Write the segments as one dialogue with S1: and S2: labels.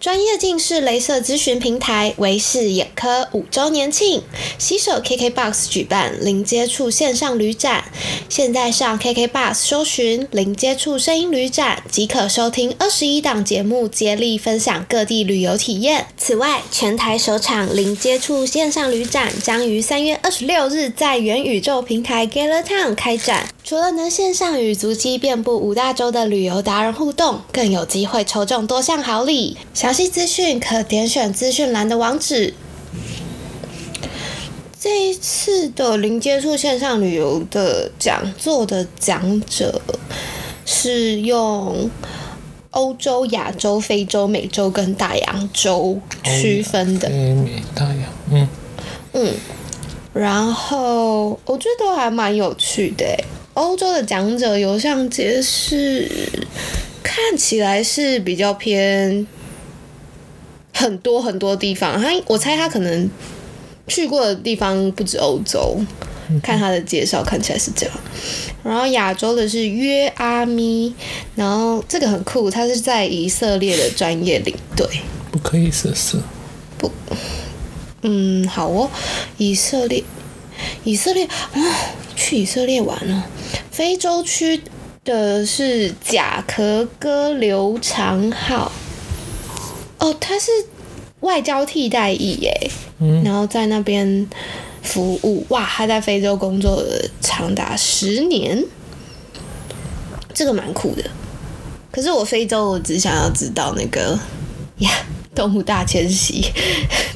S1: 专业近视雷射咨询平台维视眼科五周年庆，携手 KKBOX 举办零接触线上旅展。现在上 KKBOX 搜寻“零接触声音旅展”，即可收听二十一档节目，接力分享各地旅游体验。此外，全台首场零接触线上旅展将于三月二十六日在元宇宙平台 Gala Town 开展。除了能线上与足迹遍布五大洲的旅游达人互动，更有机会抽中多项好礼。详细资讯可点选资讯栏的网址。这一次的零接触线上旅游的讲座的讲者是用欧洲、亚洲、非洲、美洲跟大洋洲区分的，
S2: 北美大洋，嗯，
S1: 然后我觉得都还蛮有趣的欸。欧洲的讲者有上街是看起来是比较偏很多很多地方，他我猜他可能去过的地方不止欧洲，看他的介绍看起来是这样。然后亚洲的是约阿咪，然后这个很酷，他是在以色列的专业领队。
S2: 不可以试试。
S1: 嗯，好哦，以色列，以色列哦，去以色列玩哦。非洲区的是甲壳哥刘长浩，哦，他是外交替代役耶，然后在那边服务，哇，他在非洲工作了长达十年，这个蛮酷的。可是我非洲，我只想要知道那个呀，动物大迁徙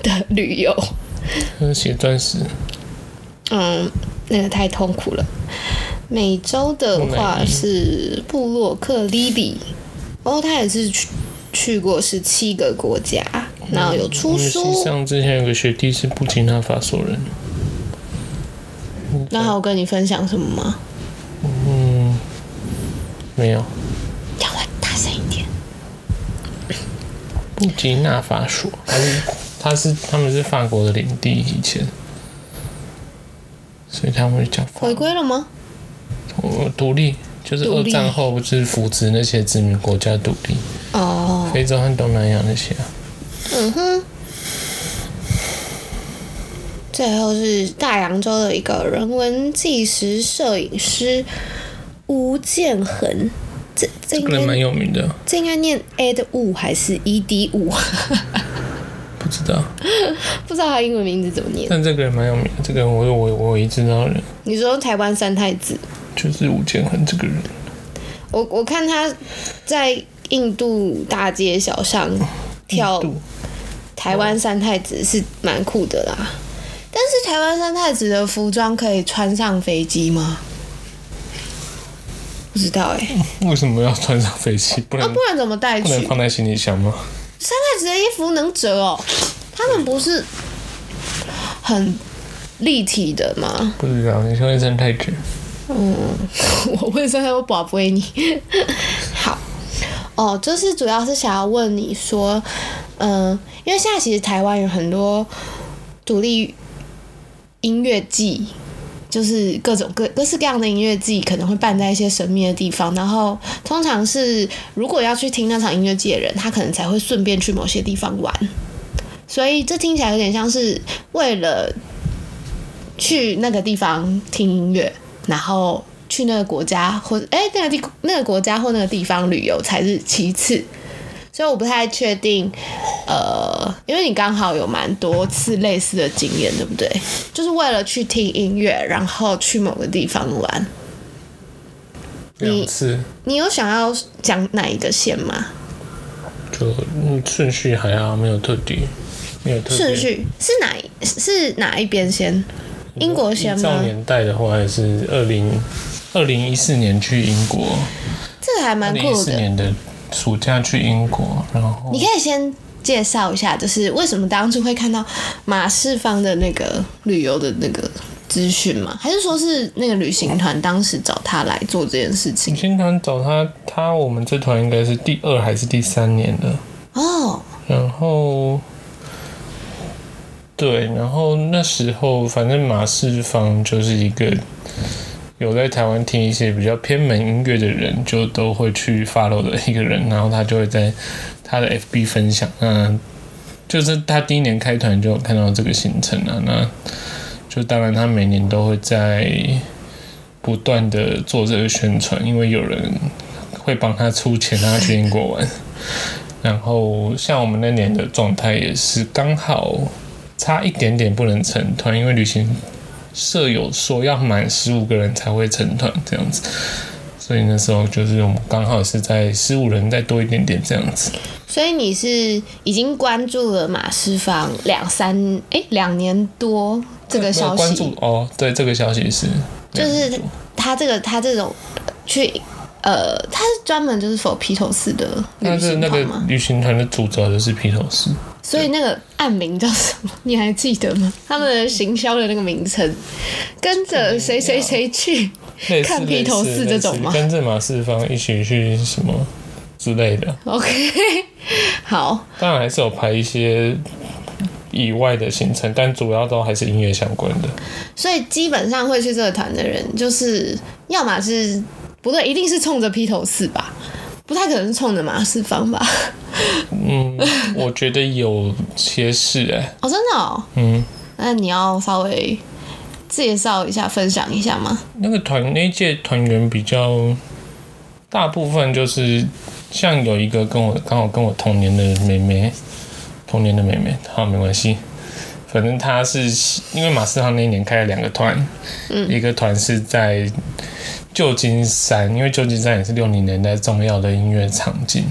S1: 的旅游。
S2: 那是写钻石，
S1: 嗯，那个太痛苦了。美洲的
S2: 嗯
S1: 话是布洛克 Libby，哦，他也是去去过十七个国家，然后有
S2: 我
S1: 出
S2: 们系
S1: 书，
S2: 上之嗯前有个学弟是布吉纳法索人，
S1: 那还有跟你分享什么吗？
S2: 嗯没有，
S1: 讲话大声一点。
S2: 布吉纳法索，他是他是他们是法国的领地以前，所以他们会讲法
S1: 回归了吗？
S2: 我独立，就是
S1: 独
S2: 二
S1: 立
S2: 战后不是扶植那些殖民国家独立，
S1: 哦，
S2: 非洲和东南亚那些啊，
S1: 嗯哼。最后是大洋洲的一个人文纪实摄影师吴建衡，这这
S2: 这
S1: 应
S2: 个人
S1: 该
S2: 蛮有名的，
S1: 这应该念 a d 物还是 e d 物？
S2: 不知道，
S1: 不知道他英文名字怎么念。
S2: 但这个人蛮有名的，这个人我我我唯一知道的人
S1: 你说台湾三太子，
S2: 就是吴建衡这个人，
S1: 我我看他在印度大街小巷跳
S2: 印度嗯
S1: 台湾三太子是蛮酷的啦。但是台湾三太子的服装可以穿上飞机吗？不知道哎、
S2: 为什么要穿上飞机？不
S1: 啊，
S2: 嗯能
S1: 不然怎么带
S2: 不
S1: 去？
S2: 能放在行李箱吗？
S1: 三太子的衣服能折哦，他们不是很立体的吗？
S2: 不知道，你说一声太直。
S1: 我问三太，我宝贝你。 好，哦，就是主要是想要问你说，嗯、因为现在其实台湾有很多独立音乐季，就是各种各各式各样的音乐季可能会办在一些神秘的地方，然后通常是如果要去听那场音乐季的人，他可能才会顺便去某些地方玩，所以这听起来有点像是为了去那个地方听音乐，然后去那个国家或哎、那个地那个国家或那个地方旅游才是其次。所以我不太确定，呃，因为你刚好有蛮多次类似的经验，对不对？就是为了去听音乐，然后去某个地方玩。你
S2: 两次
S1: 你有想要讲哪一个县吗？
S2: 就嗯顺序还好，没有特地，没有特别
S1: 顺序是哪一是哪一边先？英国先
S2: 依
S1: 吗
S2: 照？年代的话，也是二零二零一四年去英国，
S1: 这个还
S2: 二
S1: 蛮
S2: 零一
S1: 酷
S2: 四
S1: 的。
S2: 年的暑假去英国，然后
S1: 你可以先介绍一下，就是为什么当初会看到马世芳的那个旅游的那个资讯吗？还是说是那个旅行团当时找他来做这件事
S2: 你
S1: 情？
S2: 先团找他，他我们这团应该是第二还是第三年了，
S1: 哦，
S2: 然后。对，然后那时候反正马世芳就是一个有在台湾听一些比较偏门音乐的人，就都会去 follow 的一个人，然后他就会在他的 FB 分享，嗯，就是他第一年开团就有看到这个行程啊，那就当然他每年都会在不断的做这个宣传，因为有人会帮他出钱让他去英国玩。然后像我们那年的状态也是刚好差一点点不能成团，因为旅行社有说要满十五个人才会成团这样子，所以那时候就是我们刚好是在十五人再多一点点这样子。
S1: 所以你是已经关注了马世芳两三哎两年多这个消
S2: 我关注
S1: 息，
S2: 哦，对这个消息是，
S1: 就是他这个他这种呃去呃，他是专门就是否披头士的
S2: 但
S1: 旅
S2: 是
S1: 行
S2: 那
S1: 团
S2: 个
S1: 吗？
S2: 旅行团的主轴就是披头士，
S1: 所以那个案名叫什么？你还记得吗？他们的行销的那个名称，跟着谁谁谁去，
S2: 类似
S1: 看披头士这种吗
S2: 类似跟着马世芳一起去什么之类的。
S1: OK，好，
S2: 当然还是有排一些以外的行程，但主要都还是音乐相关的。
S1: 所以基本上会去这个团的人，就是要么是不对，一定是冲着披头士吧，不太可能是冲着马世芳吧？
S2: 嗯，我觉得有些是哎、
S1: 哦，真的哦，
S2: 嗯，
S1: 那你要稍微介绍一下、分享一下吗？
S2: 那个团那一届团员比较大部分就是像有一个跟我刚好跟我同年的妹妹，同年的妹妹，好没关系。反正她是因为马斯航那一年开了两个团，一个团是在旧金山，因为旧金山也是六零年代重要的音乐场景，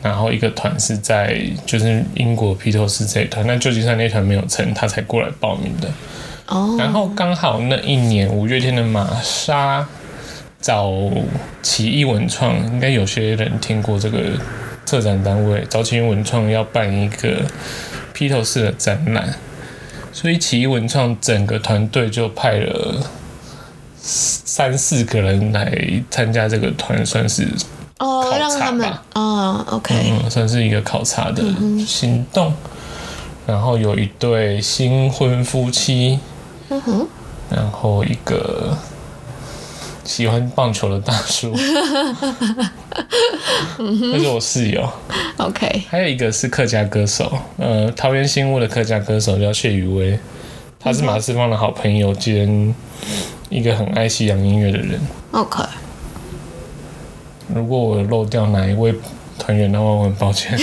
S2: 然后一个团是在就是英国披头士这一团，那旧金山那一团没有成，他才过来报名的。
S1: 哦，
S2: 然后刚好那一年五月天的玛莎找奇艺文创，应该有些人听过这个策展单位，找奇艺文创要办一个披头士的展览，所以奇艺文创整个团队就派了三四个人来参加这个团，算是考
S1: 哦，
S2: 察
S1: 让他们
S2: 吧
S1: 哦 o k
S2: 嗯，算是一个考察的
S1: 嗯
S2: 行动。然后有一对新婚夫妻，
S1: 嗯哼，
S2: 然后一个喜欢棒球的大叔，
S1: 嗯
S2: 那是我室友，
S1: ，OK，
S2: 还有一个是客家歌手，呃，桃园新屋的客家歌手叫谢雨薇，他是马世芳的好朋友兼一个很爱西洋音乐的人。
S1: OK，
S2: 如果我有漏掉哪一位团员的话，我很抱歉。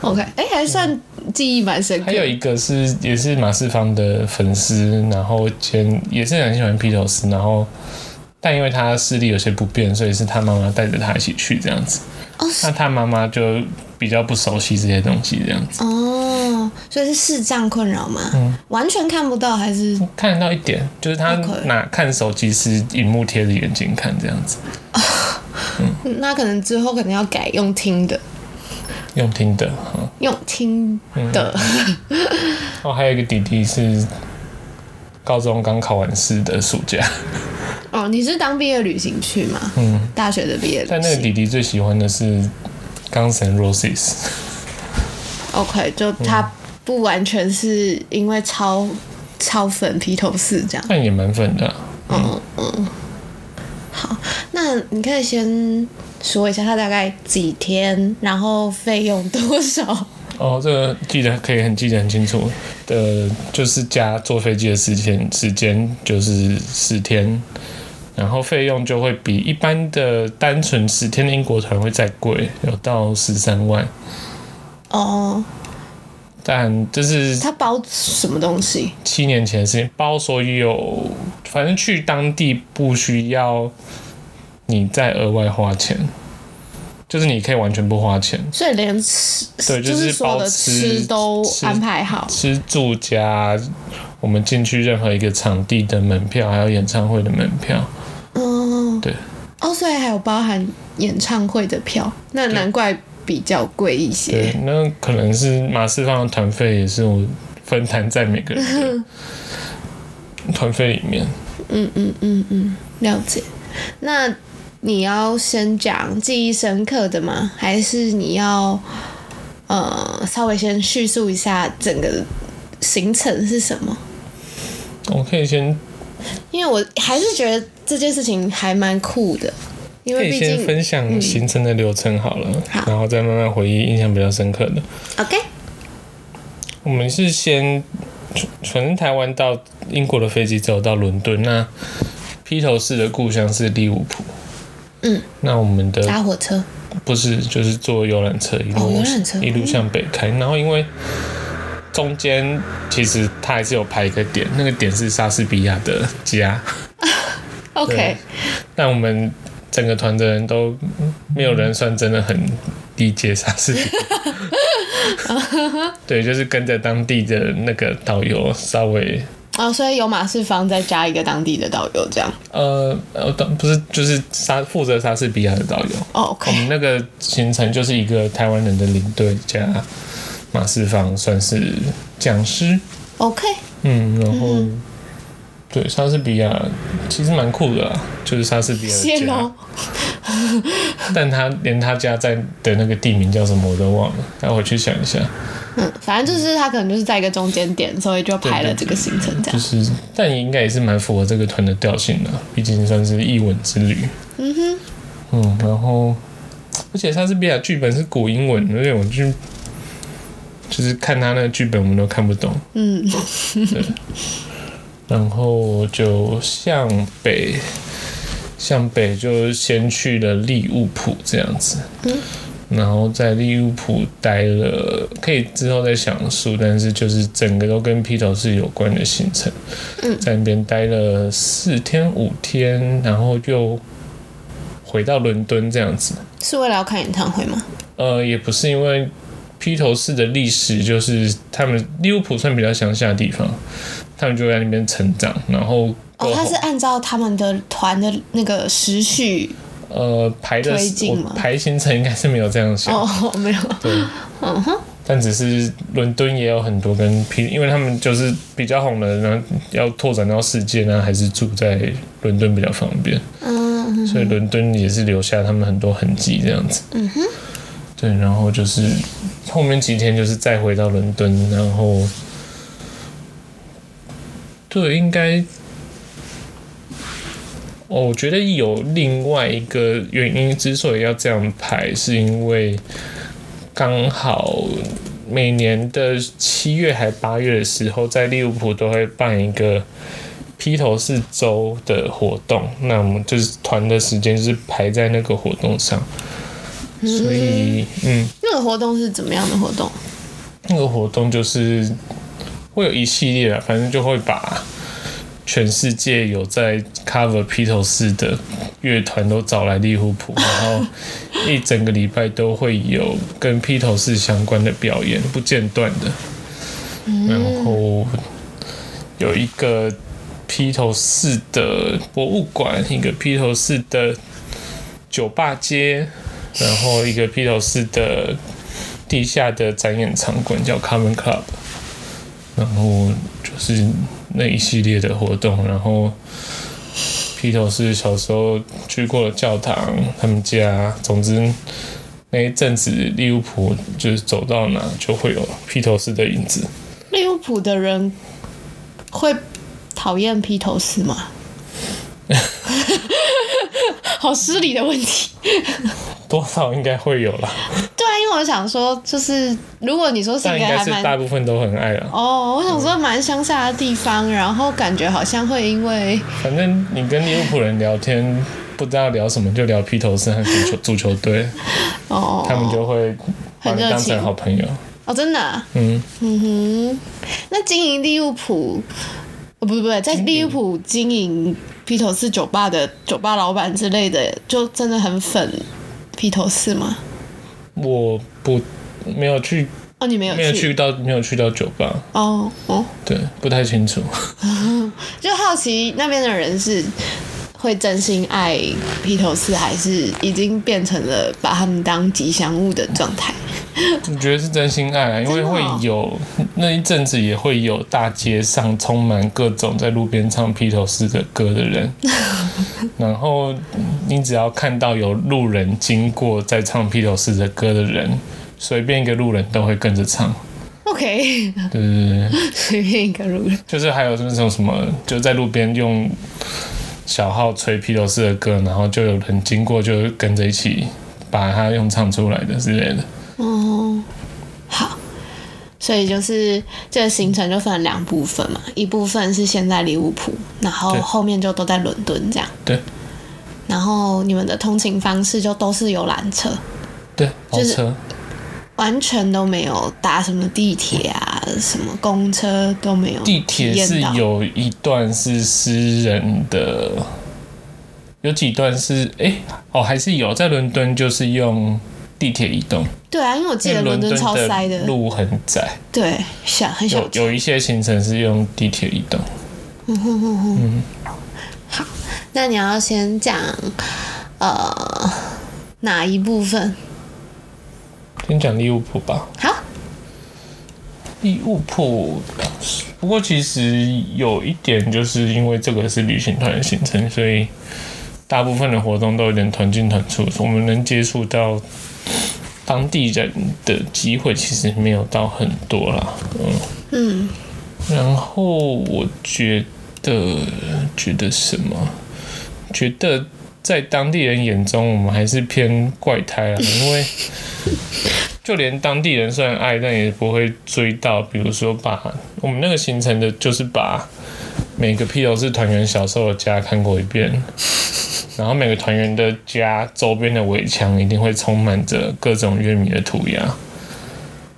S1: OK，哎、还算记忆蛮深刻。
S2: 还有一个是也是马世芳的粉丝，然后兼也是很喜欢披头士，然后但因为他视力有些不便，所以是他妈妈带着他一起去这样子。
S1: 哦
S2: 那他妈妈就比较不熟悉这些东西，这样子
S1: 哦，所以是视障困扰吗？
S2: 嗯
S1: 完全看不到还是
S2: 看得到一点，就是他
S1: OK
S2: 拿看手机是荧幕贴着眼睛看这样子，嗯
S1: 那可能之后可能要改用听的，
S2: 用听的。嗯
S1: 用听的。
S2: 哦，还有一个弟弟是高中刚考完试的暑假，
S1: 哦，你是当毕业旅行去吗？嗯，大学的毕业旅行。
S2: 但那个弟弟最喜欢的是钢神 Roses。
S1: OK，就他不完全是因为超超粉披头士这样。
S2: 但也蛮粉的啊、
S1: 嗯嗯。好，那你可以先说一下他大概几天，然后费用多少？
S2: 哦，这个记得可以很记得很清楚呃，就是加坐飞机的时间，时间就是十天，然后费用就会比一般的单纯十天的英国团会再贵，有到十三万，
S1: 哦，
S2: 但这是
S1: 他包什么东西？
S2: 七年前的事情，包所有，反正去当地不需要你再额外花钱，就是你可以完全不花钱，
S1: 所以连吃，
S2: 对就是
S1: 是所有
S2: 包
S1: 的
S2: 吃
S1: 吃都
S2: 吃
S1: 安排好。
S2: 吃住加我们进去任何一个场地的门票，还有演唱会的门票。
S1: 哦，
S2: 对，
S1: 哦，所以还有包含演唱会的票，那难怪比较贵一
S2: 对
S1: 些。，
S2: 那可能是马世芳的团费也是我分摊在每个人的团费里面。
S1: 了解。那你要先讲记忆深刻的吗？还是你要呃稍微先叙述一下整个行程是什么？
S2: 我可以先
S1: 因为我还是觉得这件事情还蛮酷的。因
S2: 可
S1: 为
S2: 以
S1: 毕
S2: 先
S1: 竟
S2: 分享行程的流程好了，
S1: 好
S2: 然后再慢慢回忆印象比较深刻的。
S1: OK
S2: 嗯我们是先从台湾到英国的飞机，只有到伦敦。那披头士的故乡是利物浦。
S1: 嗯，
S2: 那我们的
S1: 搭火车，
S2: 不是，就是坐游览车一
S1: 哦
S2: 路、
S1: 游览车
S2: 一路向北开，然后因为中间其实它还是有排一个点，那个点是莎士比亚的家，对
S1: OK，
S2: 但我们整个团的人都没有人算真的很理解莎士 比亚。对，就是跟着当地的那个导游稍微，
S1: 哦，所以有马世芳再加一个当地的导游，这样
S2: 呃，呃，当不是，就是莎负责莎士比亚的导游，
S1: 哦
S2: 我们
S1: OK，
S2: 那个行程就是一个台湾人的领队加马世芳算是讲师，
S1: OK，
S2: 嗯，然后、对莎士比亚其实蛮酷的啦，就是莎士比亚
S1: 谢
S2: 的
S1: 喽
S2: 家，，但他连他家在的那个地名叫什么我都忘了，待会去想一下。
S1: 嗯，反正就是他可能就是在一个中间点，所以就排了
S2: 对对
S1: 这个行程这
S2: 就
S1: 样。
S2: 是，但也应该也是蛮符合这个团的调性的，啊毕竟算是译文之旅。嗯哼，嗯，然后，而且莎士比亚剧本是古英文，而且我就就是看他那个剧本，我们都看不懂。
S1: 嗯，
S2: 然后就向北，向北就先去了利物浦这样子，然后在利物浦待了，可以之后再详述，但是就是整个都跟披头士有关的行程，嗯在那边待了四天五天，然后又回到伦敦这样子，
S1: 是为了要看演唱会吗？
S2: 呃，也不是因为披头士的历史，就是他们利物浦算比较乡下的地方，他们就在那边成长，然后
S1: 哦，
S2: 过
S1: 他
S2: 后
S1: 是按照他们的团的那个时序
S2: 呃排的
S1: 推进
S2: 我
S1: 吗
S2: 排行程应该是没有这样想，
S1: 哦，没有，
S2: 对，嗯哼。但只是伦敦也有很多跟披，因为他们就是比较红的，然后要拓展到世界呢，还是住在伦敦比较方便。
S1: 嗯，
S2: 所以伦敦也是留下他们很多痕迹这样子。嗯哼，对，然后就是后面几天就是再回到伦敦，然后对，应该。哦，我觉得有另外一个原因，之所以要这样排，是因为刚好每年的七月还八月的时候，在利物浦都会办一个披头士周的活动，那我们就是团的时间就是排在那个活动上，所以嗯，
S1: 那个活动是怎么样的活动？
S2: 那个活动就是会有一系列啊，反正就会把全世界有在 cover 披头士的乐团都找来利物浦，然后一整个礼拜都会有跟披头士相关的表演，不间断的。然后有一个披头士的博物馆，一个披头士的酒吧街，然后一个披头士的地下的展演场馆叫 Common Club，然后就是那一系列的活动，然后披头士小时候去过的教堂，他们家，总之那一阵子利物浦就是走到哪就会有披头士的影子。
S1: 利物浦的人会讨厌披头士 吗？好失礼的问题。
S2: 多少应该会有啦，
S1: 对啊，因为我想说，就是如果你说是
S2: 但
S1: 一
S2: 应
S1: 个
S2: 该
S1: 还
S2: 是
S1: 蛮
S2: 大部分都很爱啦。
S1: 哦，我想说蛮乡下的地方，然后感觉好像会因为
S2: 反正你跟利物浦人聊天，不知道聊什么就聊披头士和足球足球队，
S1: 哦
S2: 他们就会把
S1: 很
S2: 你
S1: 热
S2: 当
S1: 情
S2: 成好朋友。
S1: 哦真的啊、
S2: 嗯，
S1: 嗯哼，那经营利物浦，哦不不不，在利物浦经营披头士酒吧的酒吧老板之类的，就真的很粉披头士吗？
S2: 我不没有去，
S1: 哦，你没有
S2: 没有去到没有去到酒吧，
S1: 哦哦，
S2: 对，不太清 楚。
S1: 就好奇那边的人是会真心爱披头士，还是已经变成了把他们当吉祥物的状态？
S2: 我觉得是真心爱啊，因为
S1: 真的
S2: 会
S1: 哦
S2: 有那一阵子也会有大街上充满各种在路边唱披头士的歌的 人，然后你只要看到有路人经过在唱披头士的歌的人，随便一个路人都会跟着唱。
S1: OK，
S2: 对对对，
S1: 随便一个路人
S2: 就是还有那种什么，就在路边用小号吹披头士的歌，然后就有人经过就跟着一起把它用唱出来的之类的。
S1: 哦，好，所以就是这个行程就分两部分嘛，一部分是先在利物浦，然后
S2: 对
S1: 后面就都在伦敦这样。
S2: 对
S1: 然后你们的通勤方式就都是游览车，
S2: 对，包
S1: 就是
S2: 车
S1: 完全都没有搭什么地铁啊、什么公车都没有。
S2: 地铁是
S1: 体验到
S2: 有一段是私人的，有几段是哎、哦还是有在伦敦就是用地铁移动，
S1: 对啊，因为我记
S2: 因
S1: 得
S2: 为
S1: 伦
S2: 伦
S1: 敦
S2: 敦
S1: 超塞的，
S2: 路很窄，
S1: 对，想很想
S2: 有有一些行程是用地铁移动。
S1: 那你要先讲，呃，哪一部分？
S2: 先讲利物浦吧，
S1: 好，
S2: 利物浦。不过其实有一点，就是因为这个是旅行团的行程，所以大部分的活动都有点团进团出，我们能接触到当地人的机会其实没有到很多啦。
S1: 嗯，
S2: 然后我觉得，觉得什么？觉得在当地人眼中，我们还是偏怪胎啦，因为就连当地人虽然爱，但也不会追到。比如说把，我们那个行程的，就是把每个披头士团员小时候的家看过一遍。然后每个团员的家周边的围墙一定会充满着各种乐迷的涂鸦，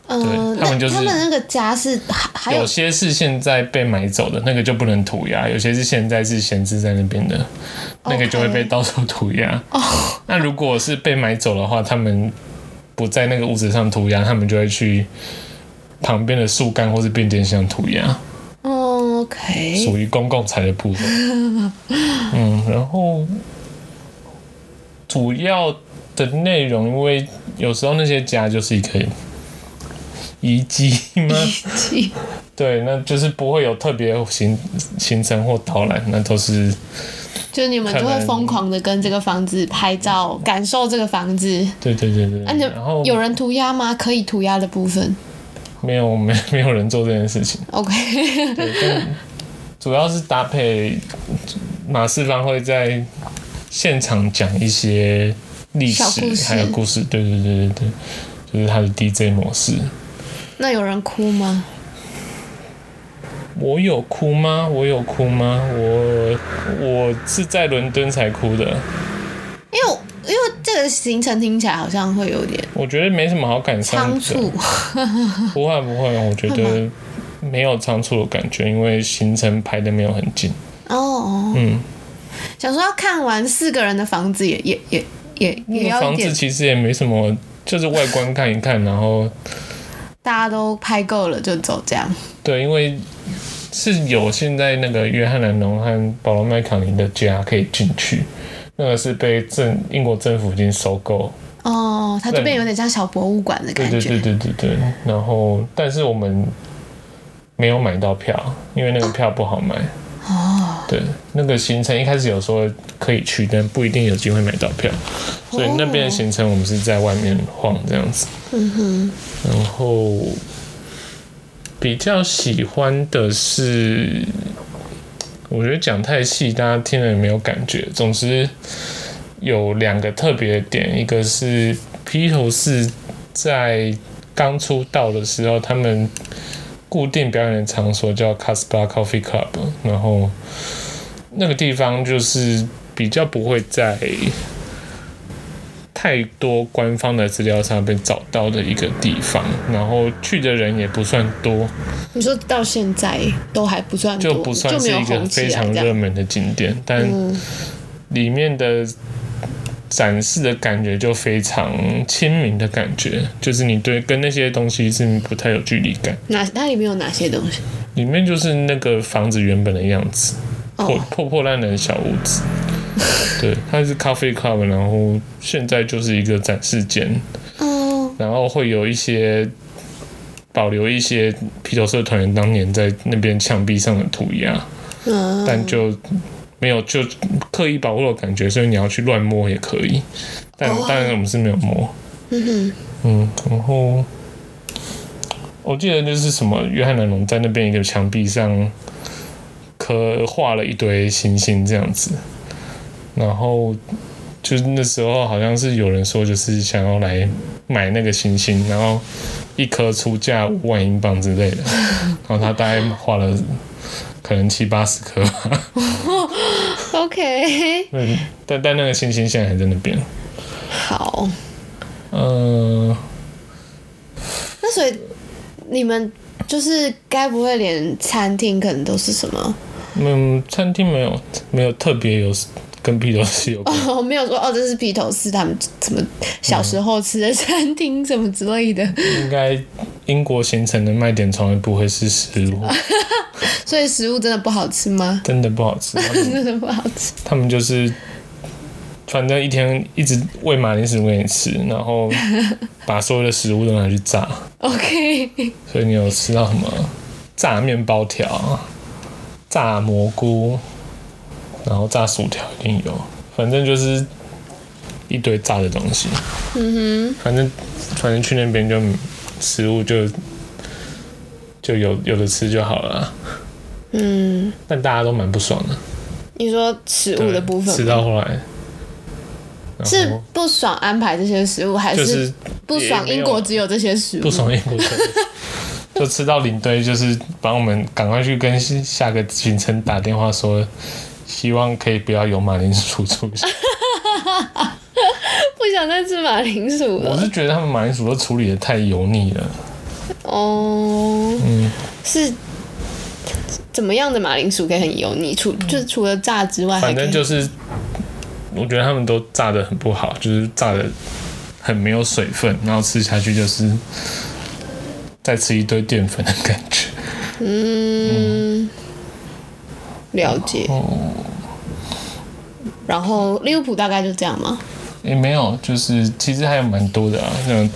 S1: 呃，
S2: 对他们就是
S1: 那他们那个家是还还
S2: 有
S1: 有
S2: 些是现在被买走的，那个就不能涂鸦；有些是现在是闲置在那边的，那个就会被
S1: OK
S2: 到处涂鸦。那如果是被买走的话，他们不在那个屋子上涂鸦，他们就会去旁边的树干或是变电箱涂鸦，
S1: 哦 OK，
S2: 属于公共财的部分。嗯，然后主要的内容，因为有时候那些家就是一个遗迹吗？对，那就是不会有特别行行程或导览，那都是
S1: 就你们就
S2: 可
S1: 会
S2: 能
S1: 疯狂的跟这个房子拍照，感受这个房子。
S2: 对对对对。
S1: 啊，你
S2: 然后
S1: 有人涂鸦吗？可以涂鸦的部分
S2: 没有 没没有人做这件事情，
S1: ，OK，
S2: 主要是搭配马世芳会在现场讲一些历
S1: 小
S2: 史
S1: 故事
S2: 还有故事，对对对对对，就是他的 DJ 模式。
S1: 那有人哭吗？
S2: 我有哭吗？我有哭吗？我我是在伦敦才哭的，
S1: 因为我因为这个行程听起来好像会有点
S2: 我觉得没什么好感伤
S1: 仓促，
S2: 的。不会不会，我觉得没有仓促的感觉，因为行程排的没有很紧。
S1: 哦，
S2: 嗯，
S1: 想说要看完四个人的房子也也也也也
S2: 那个
S1: 要一
S2: 房
S1: 点
S2: 子，其实也没什么，就是外观看一看，然后
S1: 大家都拍够了就走这样。
S2: 对，因为是有现在那个约翰南农和保罗麦卡尼的家可以进去，那个是被政英国政府已经收购。
S1: 哦，它这边
S2: 对
S1: 有点像小博物馆的
S2: 对
S1: 感
S2: 对对
S1: 觉。
S2: 对对对。然后，但是我们没有买到票，因为那个票不好买。
S1: 哦，
S2: 对，那个行程一开始有说可以去，但不一定有机会买到
S1: 哦
S2: 票，所以那边的行程我们是在外面晃这样子。
S1: 嗯哼，
S2: 然后比较喜欢的是，我觉得讲太细，大家听了也没有感觉。总之有两个特别的点，一个是披头士在刚出道的时候，他们固定表演的场所叫 Casbah Coffee Club，然后那个地方就是比较不会在太多官方的资料上被找到的一个地方，然后去的人也不算多，
S1: 你说到现在都还不算多，
S2: 就不算
S1: 没
S2: 是
S1: 有
S2: 一个
S1: 红起
S2: 非
S1: 来
S2: 常
S1: 这
S2: 热
S1: 样。
S2: 门的景点，但
S1: 嗯，
S2: 里面的展示的感觉就非常亲民的感觉，就是你对跟那些东西是不太有距离感。
S1: 哪那里面有哪些东西？
S2: 里面就是那个房子原本的样子，破
S1: 哦，
S2: 破破烂烂的小屋子。对，它是咖啡 club，然后现在就是一个展示间，
S1: 哦，
S2: 然后会有一些保留一些披头社团员当年在那边墙壁上的涂鸦，
S1: 嗯，
S2: 但就没有就刻意保护的感觉，所以你要去乱摸也可以。但
S1: 哦
S2: 当然我们是没有摸，
S1: 嗯
S2: 嗯，然后我记得就是什么约翰南龙在那边一个墙壁上刻画了一堆星星这样子，
S1: 哼，
S2: 然后就是那时候好像是有人说，就是想要来买那个行星，然后一颗出价五万英镑之类的，然后他大概花了可能七八十颗吧，
S1: OK，
S2: 嗯，但但那个行星现在还在那边，
S1: 好，
S2: 呃，
S1: 那所以你们就是该不会连餐厅可能都是什么？
S2: 嗯，餐厅没有没有特别有跟披头士有关，
S1: 哦，没有说哦，这是披头士他们什么小时候吃的餐厅什么之类的，
S2: 应该英国行程的卖点从来不会是食物，
S1: 所以食物真的不好吃吗？
S2: 真的不好吃，他们
S1: 真的不好吃。
S2: 他们就是，反正一天一直喂马铃薯给你吃，然后把所有的食物都拿去炸，
S1: OK，
S2: 所以你有吃到什么炸面包条、炸蘑菇，然后炸薯条一定有，反正就是一堆炸的东西。嗯哼，反正反正去那边就食物就就有有的吃就好了啊，
S1: 嗯，
S2: 但大家都蛮不爽的。
S1: 你说食物
S2: 对
S1: 的部
S2: 吃
S1: 分吗
S2: 到后来。然
S1: 是
S2: 后
S1: 不爽安排这些食物，还
S2: 就是
S1: 不爽
S2: 也没有
S1: 英国只有这些食物？
S2: 不爽英国队，就吃到领队就是帮我们赶快去跟下个行程打电话说，希望可以不要有马铃薯出现。
S1: 不想再吃马铃薯
S2: 我
S1: 了。
S2: 是觉得他们马铃薯都处理的太油腻了，
S1: 哦，
S2: 嗯
S1: 是怎么样的马铃薯可以很油腻？除就是除了炸之外，还
S2: 嗯反
S1: 可以
S2: 正就是我觉得他们都炸的很不好，就是炸的很没有水分，然后吃下去就是再吃一堆淀粉的感觉。
S1: 嗯，了解。
S2: 哦
S1: 然后利物浦大概就这样嘛，
S2: 也没有，就是其实还有蛮多的啊，那种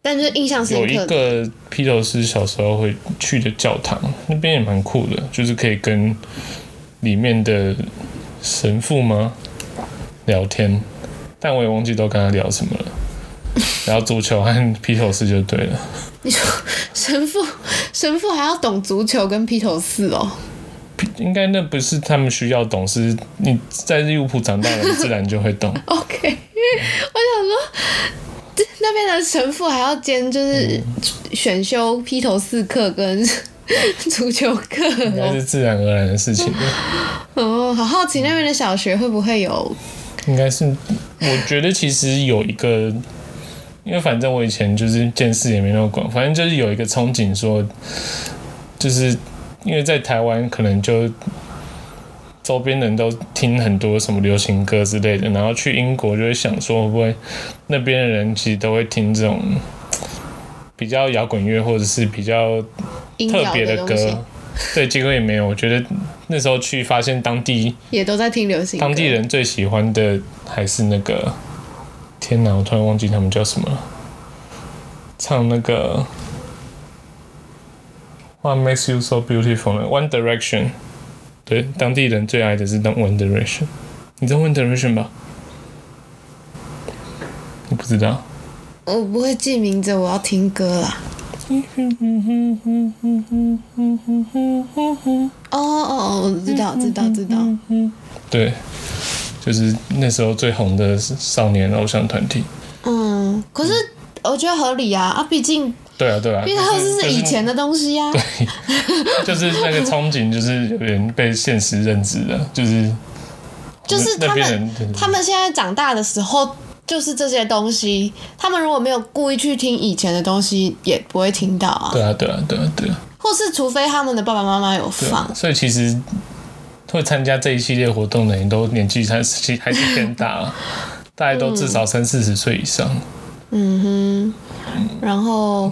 S1: 但就是印象深
S2: 有一
S1: 刻的。
S2: 个披头士小时候会去的教堂，那边也蛮酷的，就是可以跟里面的神父吗聊天，但我也忘记都跟他聊什么了。然后足球和披头士就对了，
S1: 你说神父，神父还要懂足球跟披头士哦。
S2: 应该那不是他们需要懂，是你在利物浦长大了，你自然就会 懂。
S1: OK，我想说，这那边的神父还要兼就是选修披头士课跟足球课
S2: 应该
S1: 哦。
S2: 嗯是自然而然的事情，
S1: 哦，好好奇那边的小学会不会有？
S2: 应该是我觉得其实有一个，因为反正我以前就是见识也没那么广，反正就是有一个憧憬说，就是因为在台湾可能就周边人都听很多什么流行歌之类的，然后去英国就会想说会不会那边的人其实都会听这种比较摇滚乐或者是比较
S1: 音
S2: 特
S1: 疗
S2: 别的
S1: 东西
S2: 歌。对，结果也没有。我觉得那时候去发现当地
S1: 也都在听流行歌。
S2: 当地人最喜欢的还是那个，天哪，我突然忘记他们叫什么了。唱那个《What Makes You So Beautiful》的 One Direction，对，当地人最爱的是当 One Direction。你知道 One Direction 吧？你不知道？
S1: 我不会记名字，我要听歌啦。哦哦哦，我知道，知道，知道。
S2: 嗯对，就是那时候最红的少年偶像团体。
S1: 嗯，可是我觉得合理啊，啊，毕竟
S2: 对啊，对啊。
S1: 毕竟
S2: 就是
S1: 以前的东西呀、啊。
S2: 就是那个憧憬，就是有点被现实认知了，就是
S1: 就是
S2: 那
S1: 他
S2: 边
S1: 们
S2: 人
S1: 他们现在长大的时候，就是这些东西，他们如果没有故意去听以前的东西，也不会听到啊。
S2: 对啊对啊对啊对啊，
S1: 或是除非他们的爸爸妈妈有
S2: 对啊
S1: 放，
S2: 所以其实会参加这一系列活动的人都年纪还是还是偏 大了，大概都至
S1: 嗯
S2: 少三四十岁以上。
S1: 然后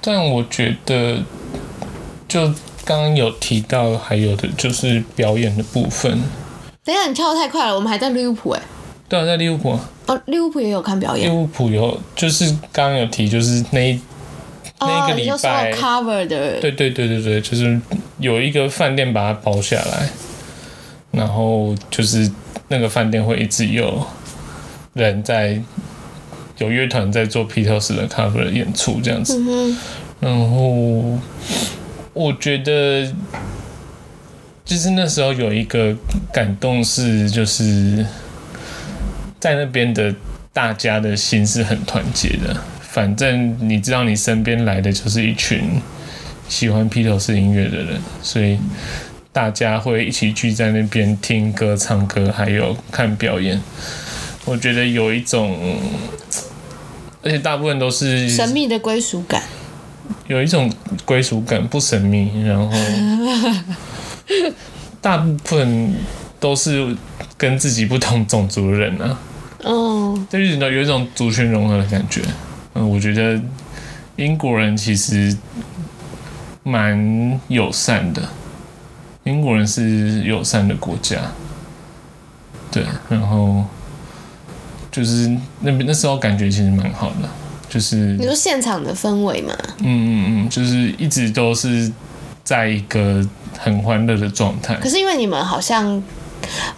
S2: 但我觉得，就刚刚有提到，还有的就是表演的部分。
S1: 等一下你跳得太快了，我们还在利物浦哎、
S2: 对啊，在利物浦啊，
S1: 哦，利物浦也有看表
S2: 利
S1: 演
S2: 物浦有就是刚刚有提，就是那一那一
S1: 哦，
S2: 个
S1: 你
S2: 礼
S1: 就说
S2: 拜
S1: cover 的
S2: 对对对对对，就是有一个饭店把它包下来，然后就是那个饭店会一直有人在有乐团在做披头士的 cover 演出这样子，
S1: 嗯
S2: 然后我觉得就是那时候有一个感动是，就是在那边的大家的心是很团结的。反正你知道，你身边来的就是一群喜欢披头士音乐的人，所以大家会一起聚在那边听歌、唱歌，还有看表演。我觉得有一种，而且大部分都是
S1: 神秘的归属感。
S2: 有一种归属感，不神秘，然后大部分都是跟自己不同种族的人啊，
S1: 嗯，
S2: 就是有一种族群融合的感觉。嗯，我觉得英国人其实蛮友善的，英国人是友善的国家，对，然后就是那边那时候感觉其实蛮好的，就是
S1: 你说现场的氛围嘛，
S2: 嗯嗯嗯，就是一直都是在一个很欢乐的状态。
S1: 可是因为你们好像，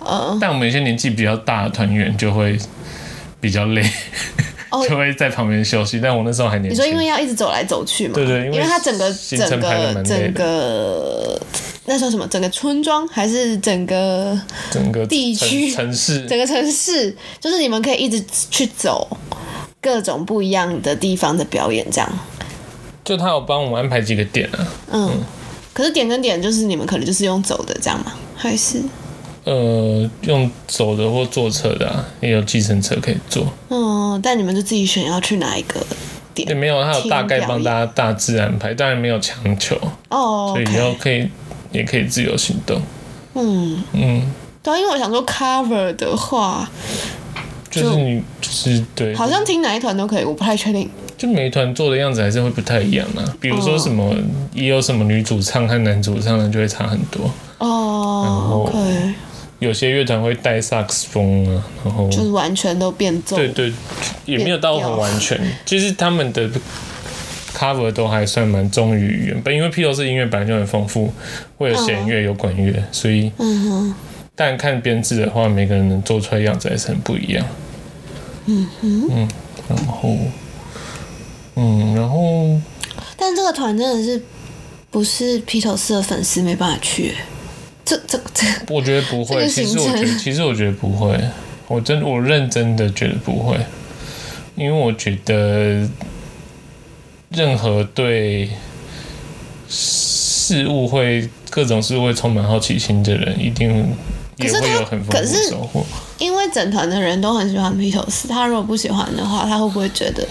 S1: 呃，
S2: 但我们有些年纪比较大的团员就会比较累，
S1: 哦
S2: 就会在旁边休息。但我那时候还年
S1: 你
S2: 轻
S1: 说，因为要一直走来走去嘛，
S2: 对对因
S1: 因
S2: 为
S1: 它整个
S2: 行
S1: 整
S2: 程排得
S1: 个
S2: 蛮累的
S1: 整个那算什么？整个村庄还是整个
S2: 整个
S1: 地
S2: 城
S1: 区
S2: 城市
S1: 整个城市？就是你们可以一直去走各种不一样的地方的表演，这样，
S2: 就他有帮我们安排几个点啊，
S1: 嗯。可是点跟点就是你们可能就是用走的这样吗？还是
S2: 呃，用走的或坐车的、啊，也有计程车可以坐。
S1: 嗯？但你们就自己选要去哪一个
S2: 也
S1: 点
S2: 没有，他有
S1: 听
S2: 大概
S1: 表
S2: 帮
S1: 演
S2: 大家大致安排，当然没有强求，
S1: 哦。
S2: 所以
S1: OK
S2: 以后可以也可以自由行动。
S1: 嗯，
S2: 嗯，
S1: 对啊，因为我想说 cover 的话，
S2: 就是
S1: 就
S2: 你就是对，
S1: 好像听哪一团都可以，我不太确定。
S2: 就每一团做的样子还是会不太一样啊。比如说什么，
S1: 哦
S2: 也有什么女主唱和男主唱的就会差很多。
S1: 哦
S2: 然后
S1: ，OK，
S2: 有些乐团会带萨克斯风啊，然后
S1: 就是完全都变奏。
S2: 对对，也没有到很完全，就是他们的 cover 都还算蛮忠于原本，因为披头士音乐本来就很丰富，会有弦乐有管乐，所以
S1: 嗯哼，
S2: 但看编制的话，每个人能做出来样子还是很不一样。嗯然后嗯，然后。
S1: 但这个团真的是不是披头士的粉丝没办法去，欸这这这
S2: 我觉得不
S1: 这
S2: 会，
S1: 个
S2: 其
S1: 行
S2: 实
S1: 程
S2: 我觉得，其实我觉得不会，我真我认真的觉得不会，因为我觉得任何对事物会各种事物会充满好奇心的人，一定也
S1: 可是
S2: 会
S1: 他
S2: 有很丰
S1: 可
S2: 富
S1: 是
S2: 的收获。
S1: 因为整团的人都很喜欢披头士，他如果不喜欢的话，他会不会觉得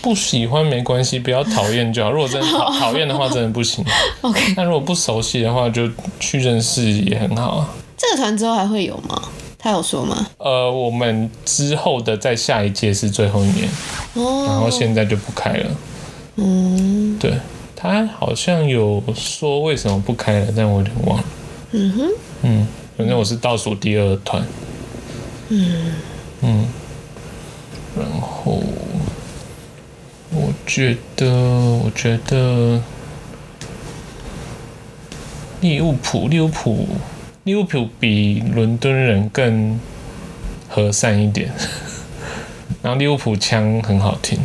S2: 不喜欢没关系，不要讨厌就好。如果真的讨讨厌的话，真的 不行。
S1: OK？
S2: 但如果不熟悉的话，就去认识也很好啊。
S1: 这个团之后还会有吗？他有说吗？
S2: 呃，我们之后的在下一届是最后一年。然
S1: 哦，
S2: 后现在就不开了。嗯，对，他好像有说为什么不开了，但我有点忘了。嗯哼，嗯，反正我是倒数第二团。嗯嗯，然后我觉得，我觉得利物浦，利物浦，利物浦比伦敦人更和善一点。然后利物浦腔很好听，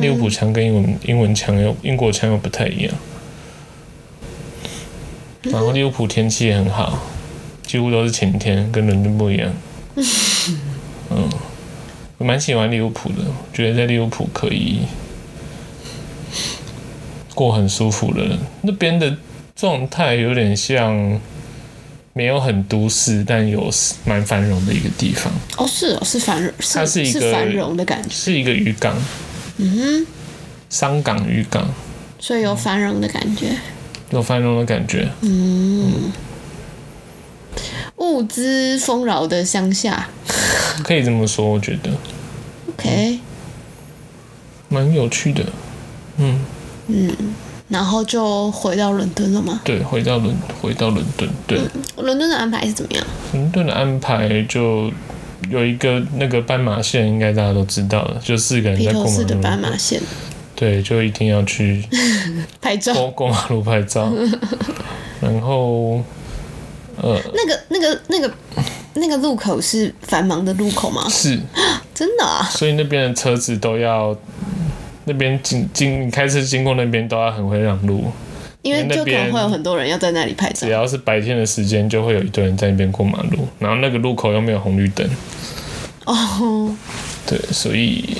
S2: 利物浦腔跟英文英文腔又英国腔又不太一样。然后利物浦天气也很好，几乎都是晴天，跟伦敦不一样。嗯，我蛮喜欢利物浦的，我觉得在利物浦可以过很舒服的。那边的状态有点像没有很都市，但有蛮繁荣的一个地方。
S1: 哦是哦，是繁荣，
S2: 它
S1: 是
S2: 是一个
S1: 繁荣的感觉，
S2: 是一个渔港，嗯商港渔港，
S1: 所以有繁荣的感觉。
S2: 嗯有繁荣的感觉。
S1: 物资丰饶的乡下
S2: 可以这么说，我觉得嗯
S1: ，OK，
S2: 蛮有趣的。嗯，
S1: 然后就回到伦敦了吗？
S2: 对，回到伦，回到伦敦，对，
S1: 伦敦的安排是怎么样？
S2: 伦敦的安排就有一个那个斑马线，应该大家都知道了，就四个人
S1: 披
S2: 在过
S1: 头士的
S2: 马
S1: 斑
S2: 路，
S1: 马线
S2: 对，就一定要去
S1: 拍照。
S2: 过过马路拍照， 然后呃
S1: 那个、那个、那个、那个路口是繁忙的路口吗？
S2: 是。
S1: 真的啊？
S2: 所以那边的车子都要，那边经经你开车经过那边都要很会让路，
S1: 因为就
S2: 因为那
S1: 可
S2: 边啊
S1: 能会有很多人要在那里拍照
S2: 只。要是白天的时间，就会有一堆人在那边过马路，然后那个路口又没有红绿灯，
S1: 哦，
S2: 对，所以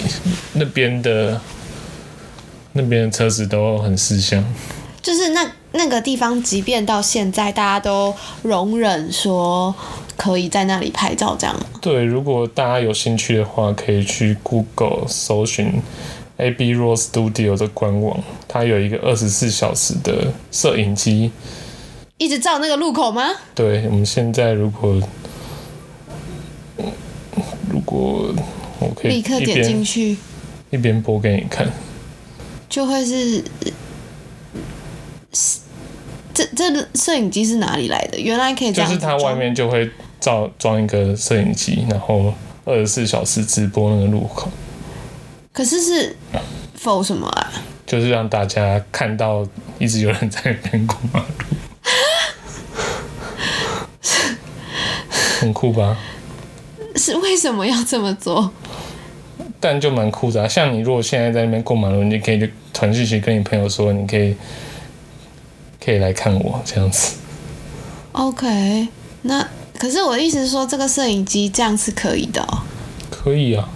S2: 那边的那边的车子都很吃香。
S1: 就是那那个地方，即便到现在大家都容忍说可以在那里拍照这样吗。
S2: 对，如果大家有兴趣的话，可以去 Google 搜寻 AB Raw Studio 的官网，它有一个二十四小时的摄影机。
S1: 一直照那个路口吗？
S2: 对我们现在如果嗯如果我可以
S1: 立刻
S2: 一
S1: 点进
S2: 边
S1: 去
S2: 一边播给你看，
S1: 就会是，是这这摄影机是哪里来的？原来可以这
S2: 就
S1: 样
S2: 是
S1: 子
S2: 它外面就会照装一个摄影机，然后二十四小时直播那个路口，
S1: 装，可是是否什么啊？
S2: 就是让大家看到一直有人在那边过马路，很酷吧？
S1: 是为什么要这么做？
S2: 但就蛮酷的、啊。像你如果现在在那边过马路，你就可以就传讯息跟你朋友说，你可以可以来看我这样子。
S1: OK，那可是我的意思是说，这个摄影机这样是可以的、哦。
S2: 可以啊。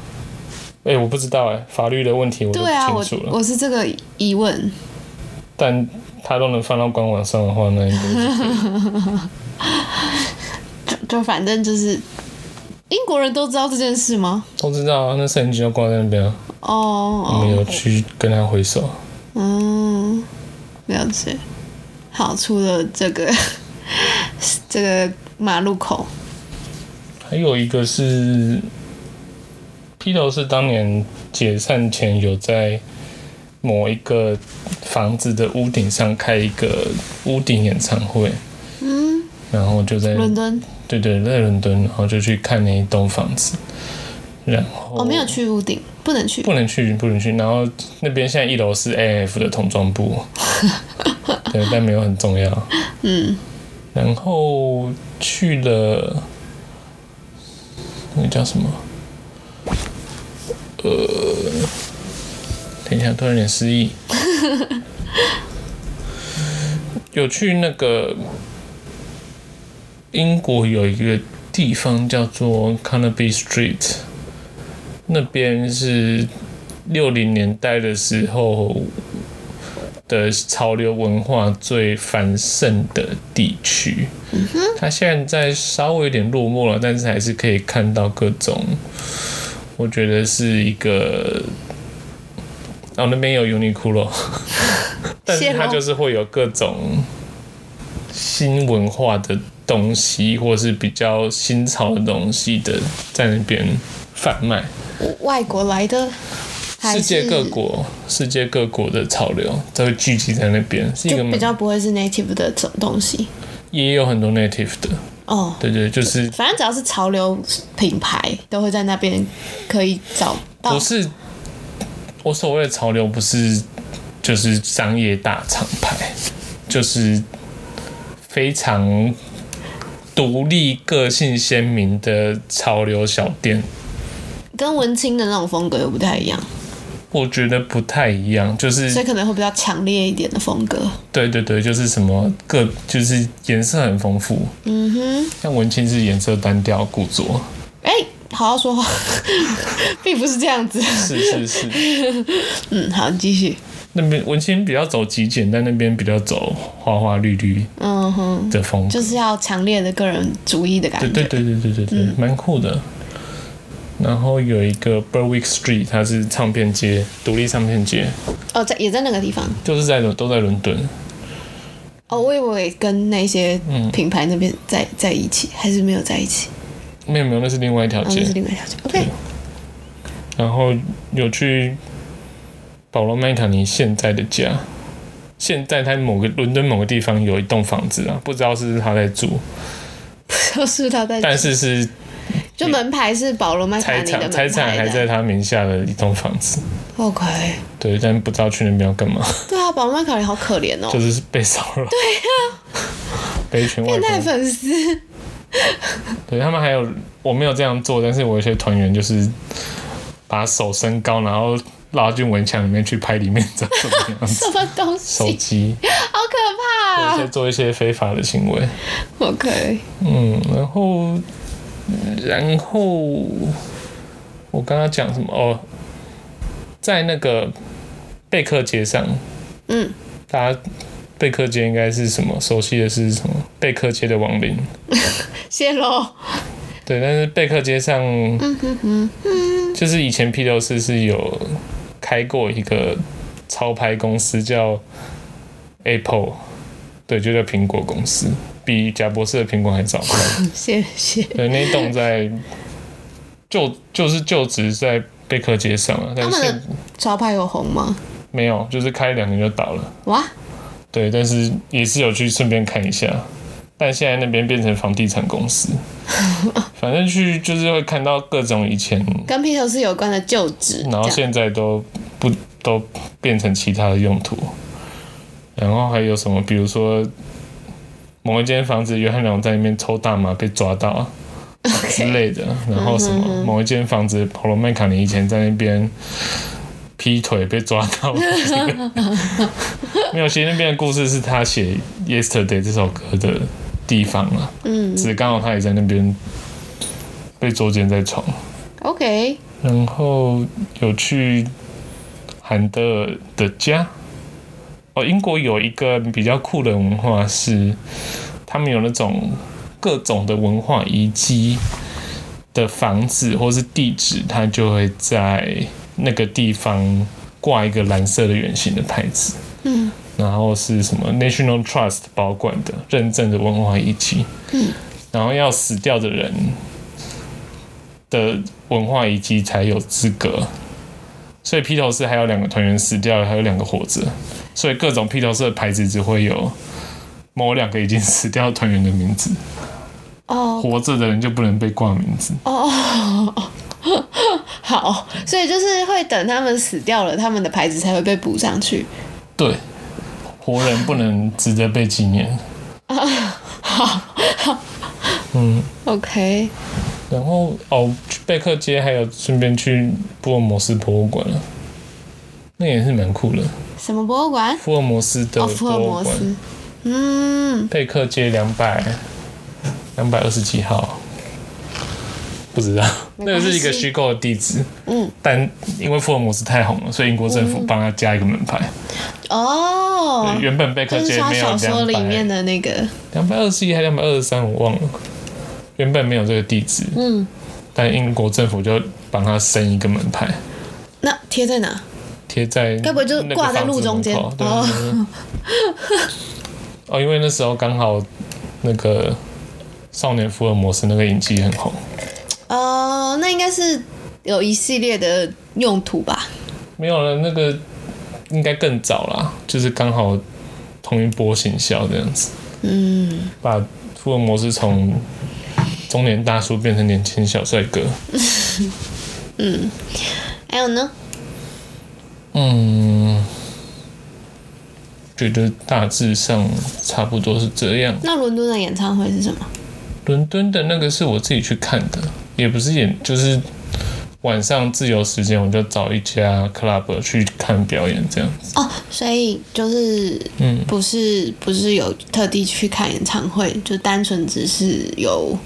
S2: 哎、我不知道哎、法律的问题我都不
S1: 对啊，我
S2: 清楚了。
S1: 我是这个疑问。
S2: 但他都能放到官网上的话，那应该是可以
S1: 就就反正就是，英国人都知道这件事吗？
S2: 都知道啊。那摄影机就挂在那边啊，我们
S1: 哦，
S2: 有去跟他挥手。
S1: 嗯，了解。好，除了这个这个马路口，
S2: 还有一个是披头士当年解散前有在某一个房子的屋顶上开一个屋顶演唱会，
S1: 嗯，
S2: 然后就在
S1: 伦敦，
S2: 对对在伦敦，然后就去看那一栋房子，然后
S1: 哦我、没有去屋顶，不能去。
S2: 不能去，不能去。然后那边现在一楼是 A F 的童装部， 对，但没有很重要。
S1: 嗯，
S2: 然后去了那个叫什么？呃，等一下，突然有点失忆。 有去那个英国有一个地方叫做 Canopy Street，那边是六零年代的时候的潮流文化最繁盛的地区。它现在稍微有点落寞了，但是还是可以看到各种，我觉得是一个。哦，那边有 Uniqlo，但是
S1: 谢
S2: 它
S1: 咯
S2: 就是会有各种新文化的东西，或是比较新潮的东西的在那边贩卖。
S1: 外国来的，还
S2: 世
S1: 是
S2: 界各国，世界各国的潮流都会聚集在那边，是一
S1: 就
S2: 个
S1: 比
S2: 蛮
S1: 较不会是 native 的这种东西。
S2: 也有很多 native 的，
S1: 哦，
S2: 对对，就是
S1: 反正只要是潮流品牌，都会在那边可以找到
S2: 不。是我所谓的潮流，不是就是商业大厂牌，就是非常独立、个性鲜明的潮流小店。
S1: 跟文青的那种风格又不太一样，
S2: 我觉得不太一样，就是
S1: 所以可能会比较强烈一点的风格。
S2: 对对对，就是什么各就是颜色很丰富，
S1: 嗯哼，
S2: 像文青是颜色单调固着，
S1: 哎、好好说话， 并不是这样子。
S2: 是是是，
S1: 嗯，好，你继续。
S2: 那边文青比较走极简，但那边比较走花花绿绿
S1: 嗯哼，
S2: 的风格，
S1: 就是要强烈的个人主义的感
S2: 对
S1: 觉。
S2: 对对对对对对，
S1: 嗯
S2: 蛮酷的。然后有一个 Berwick Street，它是唱片街，独立唱片街，
S1: 哦，在也在那个地方。
S2: 就是在伦都在伦敦，
S1: 哦，我以为跟那些品牌那边在嗯在一起，还是没有在一起。
S2: 没有没有，那是另外一条
S1: 哦，那是
S2: 街。
S1: 另外一条街。OK，
S2: 然后有去保罗麦卡尼现在的家，现在他某个伦敦某个地方有一栋房子啊，不知道是不是他在住，
S1: 就是他在，
S2: 但是是
S1: 就门牌是保罗麦卡尼
S2: 财
S1: 的
S2: 产
S1: 门
S2: 财产还
S1: 牌
S2: 在
S1: 的。
S2: 他名下的一栋房子。
S1: OK，
S2: 对，但不知道去那边要干嘛，
S1: 对啊，保罗麦卡尼好可怜哦， 啊
S2: 就是被骚扰。对呀、 被一群外
S1: 变
S2: 国
S1: 态
S2: 人。
S1: 粉丝。
S2: 对他们还有，我没有这样做，但是我有些团员就是把手伸高，然后拉进围墙里面去拍里面长什么样 子，
S1: 什么东
S2: 手
S1: 西？
S2: 机
S1: 好可怕、
S2: 或
S1: 啊、
S2: 者是做一些非法的行为。
S1: ！OK，
S2: 嗯，然后，然后我刚刚讲什么？哦，在那个贝克街上，
S1: 嗯，
S2: 大家贝克街应该是什么？熟悉的是什么？贝克街的亡灵。
S1: 谢喽。
S2: 对，但是贝克街上，
S1: 嗯
S2: 就是以前 P 六四是有开过一个潮牌公司叫 Apple，对，就叫苹果公司，比贾博士的苹果还 早开。
S1: 谢谢。
S2: 对，那一栋在就就是就职在贝克街上啊，但
S1: 他们
S2: 是现
S1: 的招牌有红吗？
S2: 没有，就是开两年就倒了。
S1: 哇，
S2: 对，但是也是有去顺便看一下，但现在那边变成房地产公 司，反正去就是会看到各种以前，
S1: 跟啤酒是有关的旧址，
S2: 然后
S1: 这样
S2: 现在都不都变成其他的用途，然后还有什么，比如说某一间房子，约翰龙在里面抽大麻被抓到啊，之
S1: OK，嗯
S2: 类的，然后什么某一间房子，普罗麦卡尼以前在那边劈腿被抓到，没有，其实那边的故事是他写《Yesterday》这首歌的地方啊，
S1: 嗯
S2: 只是刚好他也在那边被捉奸在床，
S1: ，OK，
S2: 然后有去韩德尔的家。哦，英国有一个比较酷的文化是，他们有那种各种的文化遗迹的房子或是地址，它就会在那个地方挂一个蓝色的圆形的牌子。
S1: 嗯，
S2: 然后是什么 National Trust 保管的认证的文化遗迹。
S1: 嗯，
S2: 然后要死掉的人的文化遗迹才有资格。所以披头士还有两个团员死掉了，还有两个活着，所以各种披头士的牌子只会有某两个已经死掉的团员的名字，
S1: 哦
S2: 活着的人就不能被挂名字。
S1: 哦哦，哦好，所以就是会等他们死掉了，他们的牌子才会被补上去。
S2: 对，活人不能值得被纪念。
S1: OK，
S2: 然后哦，去贝克街还有顺便去福尔摩斯博物馆了，啊那也是蛮酷的。
S1: 什么博物馆？
S2: 福尔摩斯的
S1: 哦，福
S2: 博
S1: 尔
S2: 物
S1: 摩
S2: 馆，
S1: 斯。嗯，
S2: 贝克街两百两百二十几号，不知道，那
S1: 关
S2: 个
S1: 系
S2: 是一个虚构的地址。
S1: 嗯，
S2: 但因为福尔摩斯太红了，所以英国政府帮他加一个门牌。
S1: 哦，
S2: 原本贝克
S1: 就是
S2: 街
S1: 他
S2: 没有
S1: 小说
S2: 两
S1: 里面
S2: 百
S1: 的那个。
S2: 两百二十一还两百二十三，我忘了。原本没有这个地址，
S1: 嗯，
S2: 但英国政府就帮他升一个门牌。
S1: 那贴在哪？
S2: 贴在，
S1: 该不会就是挂在路中间
S2: 对对对对哦，因为那时候刚好那个《少年福尔摩斯》那个影集很红，
S1: 哦，那应该是有一系列的用途吧。
S2: 没有了那个应该更早啦，就是刚好同一波行销这样子，
S1: 嗯，
S2: 把福尔摩斯从中年大叔变成年轻小帅哥。
S1: 还有呢？
S2: 嗯，觉得大致上差不多是这样。
S1: 那伦敦的演唱会是什么？
S2: 伦敦的那个是我自己去看的，也不是演，就是晚上自由时间我就找一家 club 去看表演这样子。
S1: 哦，所以就是
S2: 嗯，
S1: 不是不是有特地去看演唱会，就单纯只是有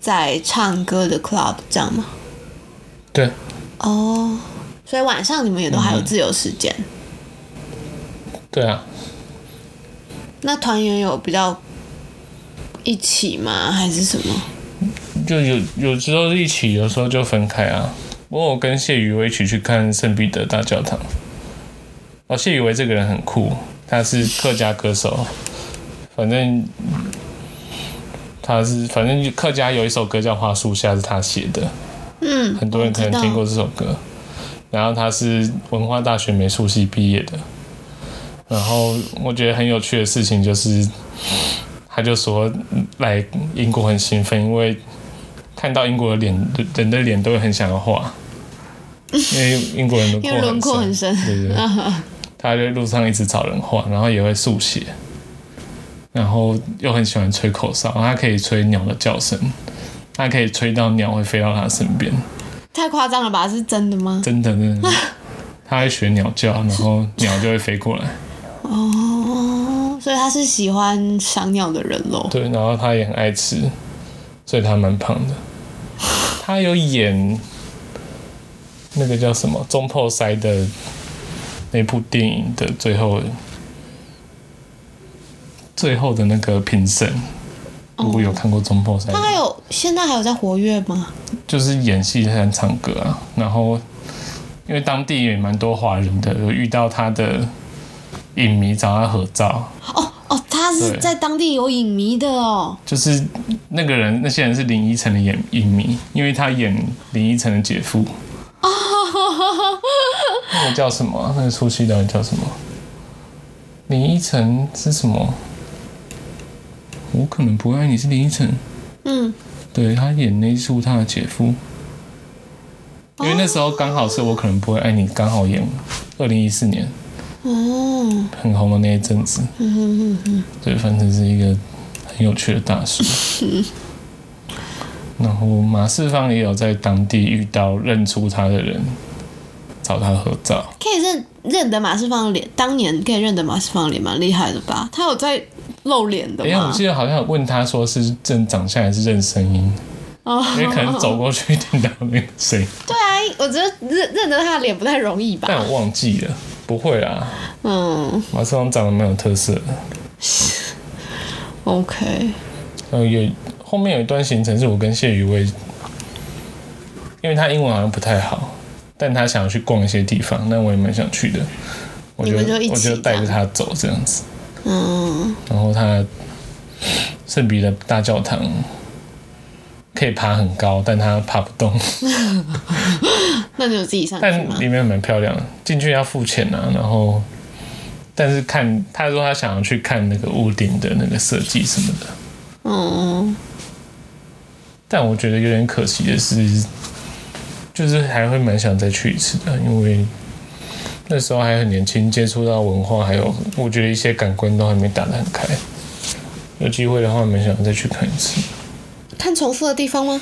S1: 在唱歌的 club 这样吗？
S2: 对，
S1: 哦，所以晚上你们也都还有自由时间。
S2: 对啊，
S1: 那团员有比较一起吗？还是什么？
S2: 就有有时候是一起，有时候就分开啊。不过我跟谢宇威一起去看圣彼得大教堂。哦，谢宇威这个人很酷，他是客家歌手，反正他是反正客家有一首歌叫《花树下》是他写的。
S1: 嗯，
S2: 很多人可能听过这首歌。然后他是文化大学美术系毕业的。然后我觉得很有趣的事情就是，他就说嗯来英国很兴奋，因为看到英国的脸，人的脸都会很想要画，因为英国人
S1: 因为轮
S2: 轮廓
S1: 廓
S2: 很
S1: 很
S2: 深
S1: 深，
S2: 对对对。他在路上一直找人画，然后也会速写，然后又很喜欢吹口哨，他可以吹鸟的叫声，他可以吹到鸟会飞到他身边。
S1: 太夸张了吧？是真的吗？
S2: 真的真的，他会学鸟叫，然后鸟就会飞过来。
S1: 哦，所以他是喜欢赏鸟的人喽。
S2: 对，然后他也很爱吃，所以他蛮胖的。他有演那个叫什么《中破塞》的那部电影的最后最后的那个评审。如果有看过《中破塞》，
S1: 他还有现在还有在活跃吗？
S2: 就是演戏和唱歌啊。然后因为当地也蛮多华人的，有遇到他的影迷找他合照，
S1: 哦哦，他是
S2: 对
S1: 在当地有影迷的哦。
S2: 就是那个人那些人是林依晨的演影迷，因为他演林依晨的姐夫。那个叫什么啊？那个出戏导演叫什么？林依晨是什么？我可能不爱你是林依晨。
S1: 嗯，
S2: 对他演那一出他的姐夫，因为那时候刚好是我可能不会爱你，刚好演二零一四年
S1: 哦，
S2: 很红的那一阵子，对，反正是一个很有趣的大叔。然后马世芳也有在当地遇到认出他的人，找他合照。
S1: 可以认认得马世芳的脸，当年可以认得马世芳的脸，蛮厉害的吧？他有在露脸的
S2: 哎、我
S1: 吗？
S2: 记得好像有问他说是正长相还是认声音，
S1: 哦，
S2: 因为可能走过去听到那个声音，
S1: 对啊，我觉得认认得他的脸不太容易吧？
S2: 但我忘记了。不会啦，
S1: 嗯
S2: 马世芳长得蛮有特色的。
S1: ，OK，
S2: 呃，有后面有一段行程是我跟谢宇威，因为他英文好像不太好，但他想要去逛一些地方，那我也蛮想去的，我
S1: 你
S2: 就
S1: 们就一起
S2: 我就带着
S1: 这
S2: 他走这样子，
S1: 嗯，
S2: 然后他圣彼得大教堂可以爬很高，但他爬不动，
S1: 那你有自己上去
S2: 但
S1: 吗？
S2: 里面蛮漂亮的，进去要付钱啊，然后。但是看他说他想要去看那个屋顶的那个设计什么的，
S1: 嗯，
S2: 但我觉得有点可惜的是，就是还会蛮想再去一次的，因为那时候还很年轻，接触到文化，还有我觉得一些感官都还没打得很开。有机会的话，蛮想再去看一次，
S1: 看重复的地方吗？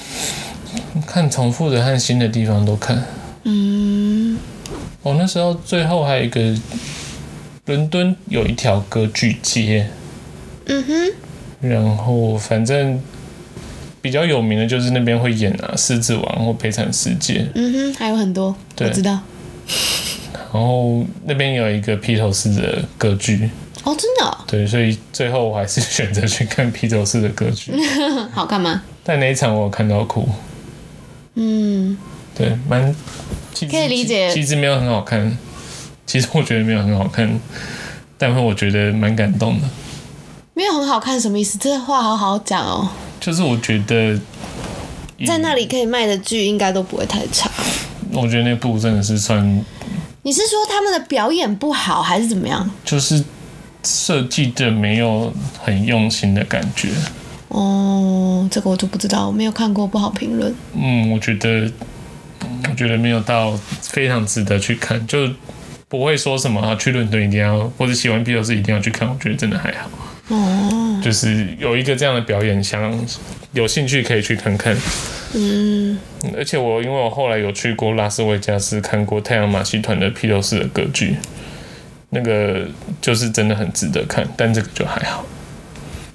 S2: 看重复的和新的地方都看。
S1: 嗯，
S2: 我、那时候最后还有一个，伦敦有一条歌剧街，
S1: 嗯哼，
S2: 然后反正比较有名的就是那边会演啊《狮子王》或《悲惨世界》，
S1: 嗯哼，还有很多，我
S2: 对
S1: 知道。
S2: 然后那边有一个披头士的歌剧，
S1: 哦，真的哦、
S2: 对，所以最后我还是选择去看披头士的 歌剧。
S1: 嗯好看吗？
S2: 但那一场我有看到哭，
S1: 嗯，
S2: 对，蛮其实
S1: 可以理解
S2: 其其实没有很好看，其实我觉得没有很好看，但是我觉得蛮感动的。
S1: 没有很好看，什么意思？这话好好讲哦。
S2: 就是我觉得以
S1: 在那里可以卖的剧应该都不会太差。
S2: 我觉得那部真的是算
S1: 你是说他们的表演不好，还是怎么样？
S2: 就是设计的没有很用心的感觉。
S1: 哦，这个我就不知道，我没有看过，不好评论。
S2: 嗯，我觉得，我觉得没有到非常值得去看，就不会说什么啊，去伦敦一定要，或者喜欢披头士一定要去看。我觉得真的还好，
S1: 哦，
S2: 就是有一个这样的表演，想有兴趣可以去看看。
S1: 嗯，
S2: 嗯而且我因为我后来有去过拉斯维加斯看过太阳马戏团的披头士的歌剧，那个就是真的很值得看，但这个就还好。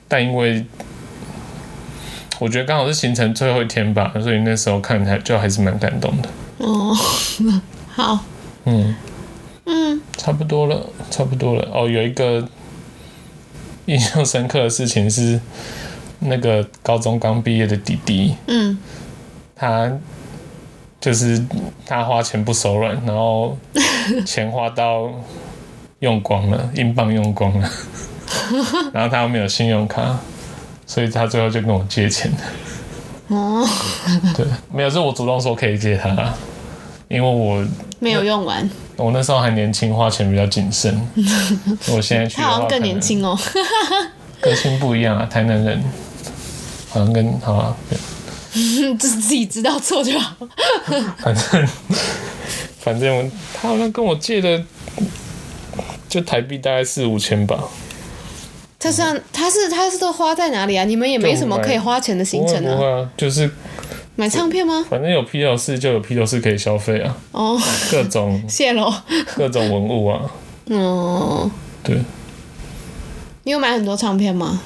S2: 但因为我觉得刚好是行程最后一天吧，所以那时候看还就还是蛮感动的。
S1: 哦， 好，
S2: 嗯，
S1: 嗯，
S2: 差不多了，差不多了。哦，有一个印象深刻的事情是，那个高中刚毕业的弟弟，
S1: 嗯，
S2: 他就是他花钱不手软，然后钱花到用光了，英镑用光 了，然后他又没有信用卡，所以他最后就跟我借钱。
S1: 哦，
S2: 对，没有，是我主动说可以借他啦，因为我
S1: 没有用完，
S2: 我那时候还年轻，花钱比较 谨慎。我现在去
S1: 他
S2: 的话
S1: 好像更年，轻哦。
S2: 可能个性不一样啊，台南人好像跟好啊，
S1: 自自己知道错就好。
S2: 反正 反正我他好像跟我借的就台币大概四五千吧，
S1: 他是他是他是都花在哪里啊？你们也没什么可以花钱的行
S2: 不会
S1: 程
S2: 不
S1: 啊。
S2: 会啊，就是
S1: 买唱片吗？
S2: 反正有披头士就有披头士可以消费啊，
S1: 哦，
S2: 各种
S1: 谢喽。
S2: 各种文物啊，
S1: 嗯，
S2: 对。
S1: 你有买很多唱片吗？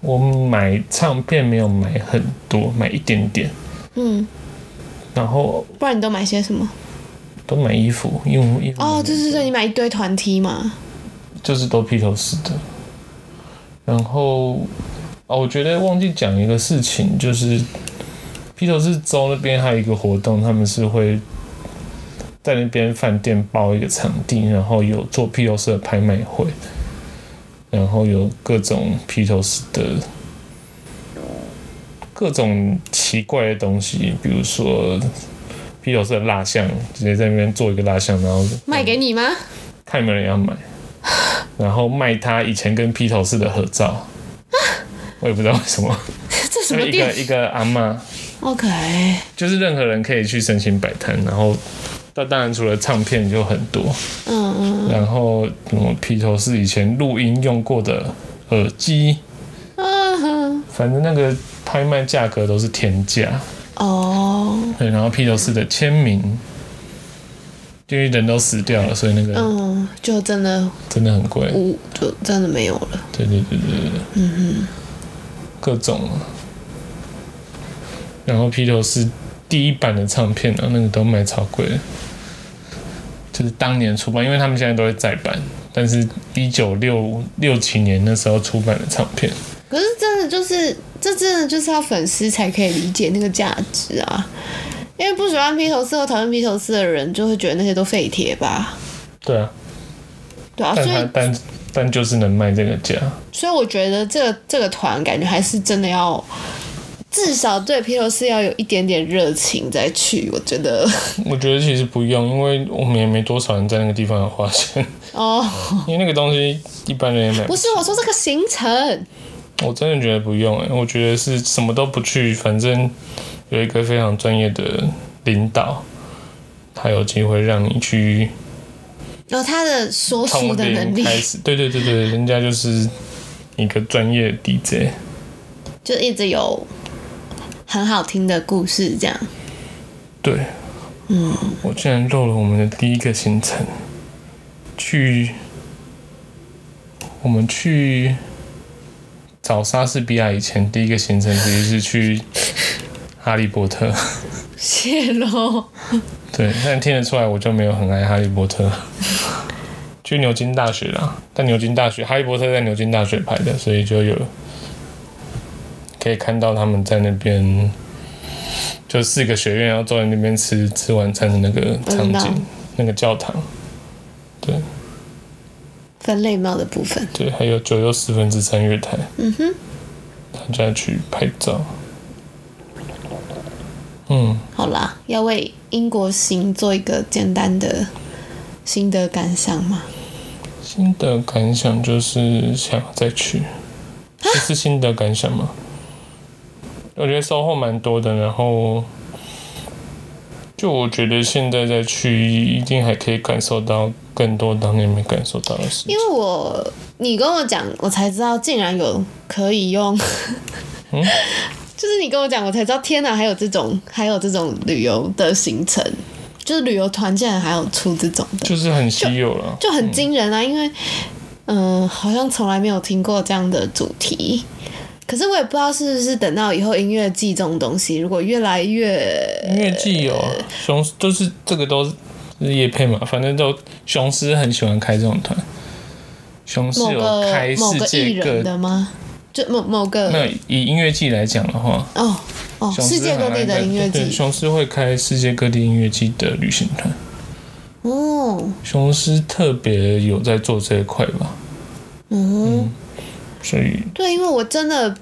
S2: 我买唱片没有买很多，买一点点，
S1: 嗯，
S2: 然后
S1: 不然你都买些什么？
S2: 都买衣服，因为衣服
S1: 哦，对对对，你买一堆团体嘛。
S2: 就是都披头士的。然后哦，我觉得忘记讲一个事情，就是披头士州那边还有一个活动，他们是会在那边饭店包一个场地，然后有做披头士的拍卖会，然后有各种披头士的各种奇怪的东西，比如说披头士的蜡像，直接在那边做一个蜡像，然后
S1: 卖给你吗？
S2: 看有没有人要买，然后卖他以前跟披头士的合照。我也不知道为什么，
S1: 这什
S2: 就
S1: 么
S2: 是一个
S1: 店
S2: 一个阿嬷，
S1: ？OK，
S2: 就是任何人可以去身心摆摊，然后。那当然，除了唱片就很多，
S1: 嗯嗯
S2: 然后什么披头士以前录音用过的耳机，
S1: 嗯哼，
S2: 反正那个拍卖价格都是天价。
S1: 哦，
S2: 对，然后披头士的签名，因为人都死掉了，所以那个
S1: 嗯，就真的
S2: 真的很贵。
S1: 无，就真的没有了。
S2: 对对对对对对，嗯各种啊。然后披头士第一版的唱片啊，那个都卖超贵的，就是当年出版，因为他们现在都会再版，但是一九六六七年那时候出版的唱片，
S1: 可是真的就是，这真的就是要粉丝才可以理解那个价值啊。因为不喜欢披头士或讨厌披头士的人，就会觉得那些都废铁吧，
S2: 对啊，
S1: 对啊，所
S2: 但他
S1: 以
S2: 但但就是能卖这个价，
S1: 所以我觉得这个这个团感觉还是真的要，至少对披头士要有一点点热情再去。我觉得，
S2: 我觉得其实不用，因为我们也没多少人在那个地方有花钱，
S1: 哦，
S2: 因为那个东西一般人也买
S1: 不是我说这个行程，
S2: 我真的觉得不用哎、我觉得是什么都不去，反正有一个非常专业的领导，他有机会让你去
S1: 然哦后他的说书
S2: 从
S1: 的能
S2: 零
S1: 力
S2: 开始。对对对对，人家就是一个专业的 DJ，
S1: 就一直有很好听的故事，这样
S2: 对，嗯，我竟然漏了我们的第一个行程，去，我们去找莎士比亚以前第一个行程其实是去哈利波特。
S1: 谢喽。
S2: 对，但听得出来我就没有很爱哈利波特。 去牛津大学啦，但牛津大学《哈利波特》在牛津大学拍的，所以就有可以看到他们在那边，就四个学院，然后坐在那边吃吃晚餐的那个场
S1: 我知
S2: 景
S1: 道，
S2: 那个教堂。对
S1: 分类帽的部分，
S2: 对，还有九又四分之三月台，
S1: 嗯哼，
S2: 大家去拍照。嗯，
S1: 好啦，要为英国行做一个简单的心得感想吗？
S2: 新的感想就是想要再去，
S1: 啊
S2: 这是新的感想吗？我觉得收获蛮多的，然后就我觉得现在再去，一定还可以感受到更多当年没感受到的事情
S1: 因。为我你跟我讲，我才知道竟然有可以用， 就是你跟我讲，我才知道，天哪，还有这种还有这种旅游的行程，就是旅游团竟然还有出这种的，
S2: 就是很稀有了，
S1: 就很惊人啊！因为嗯、呃好像从来没有听过这样的主题。可是我也不知道是不是等到以后音乐季这种东西，如果越来越
S2: 音乐季有啊雄，都是这个都是叶配嘛，反正都雄狮很喜欢开这种团，雄狮
S1: 某
S2: 有
S1: 个
S2: 开
S1: 某
S2: 世
S1: 个艺
S2: 界
S1: 人
S2: 各
S1: 的吗？就某某个
S2: 那以音乐季来讲的话，
S1: 哦哦，
S2: 雄狮
S1: 世界各地的音乐
S2: 对，
S1: 季
S2: 雄狮会开世界各地音乐季的旅行团，
S1: 哦，
S2: 雄狮特别有在做这一块吧，
S1: 嗯
S2: 所以
S1: 对，因为我真的，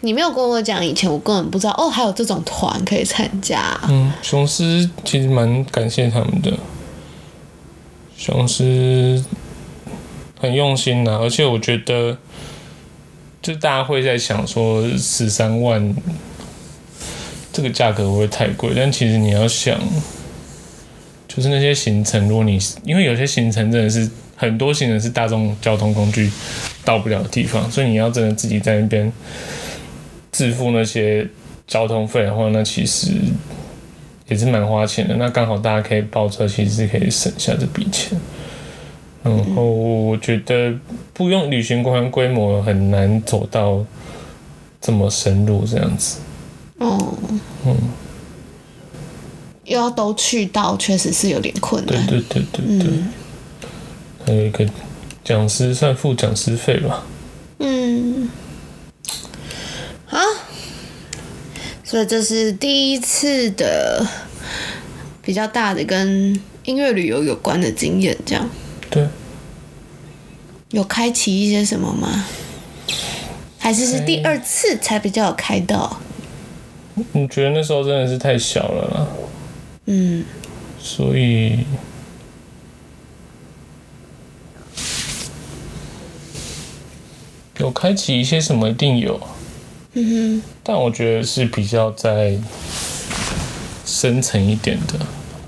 S1: 你没有跟我讲以前，我根本不知道哦，还有这种团可以参加。
S2: 嗯，雄狮其实蛮感谢他们的，雄狮很用心呐、而且我觉得，就大家会在想说十三万这个价格会不会太贵？但其实你要想，就是那些行程，如果你因为有些行程真的是很多行程是大众交通工具到不了的地方，所以你要真的自己在那边自付那些交通费的话，那其实也是蛮花钱的。那刚好大家可以包车，其实是可以省下这笔钱。然后我觉得不用旅行团规模很难走到这么深入这样子。
S1: 哦，
S2: 嗯
S1: 又要都去到，确实是有点困
S2: 对
S1: 难。
S2: 对对对对，还有一个讲师算付讲师费吧。
S1: 嗯，好，所以这是第一次的比较大的跟音乐旅游有关的经验，这样
S2: 对，
S1: 有开启一些什么吗？还是是第二次才比较有开到？
S2: 我觉得那时候真的是太小了啦，
S1: 嗯，
S2: 所以有开启一些什么一定有，
S1: 嗯
S2: 但我觉得是比较在深层一点的。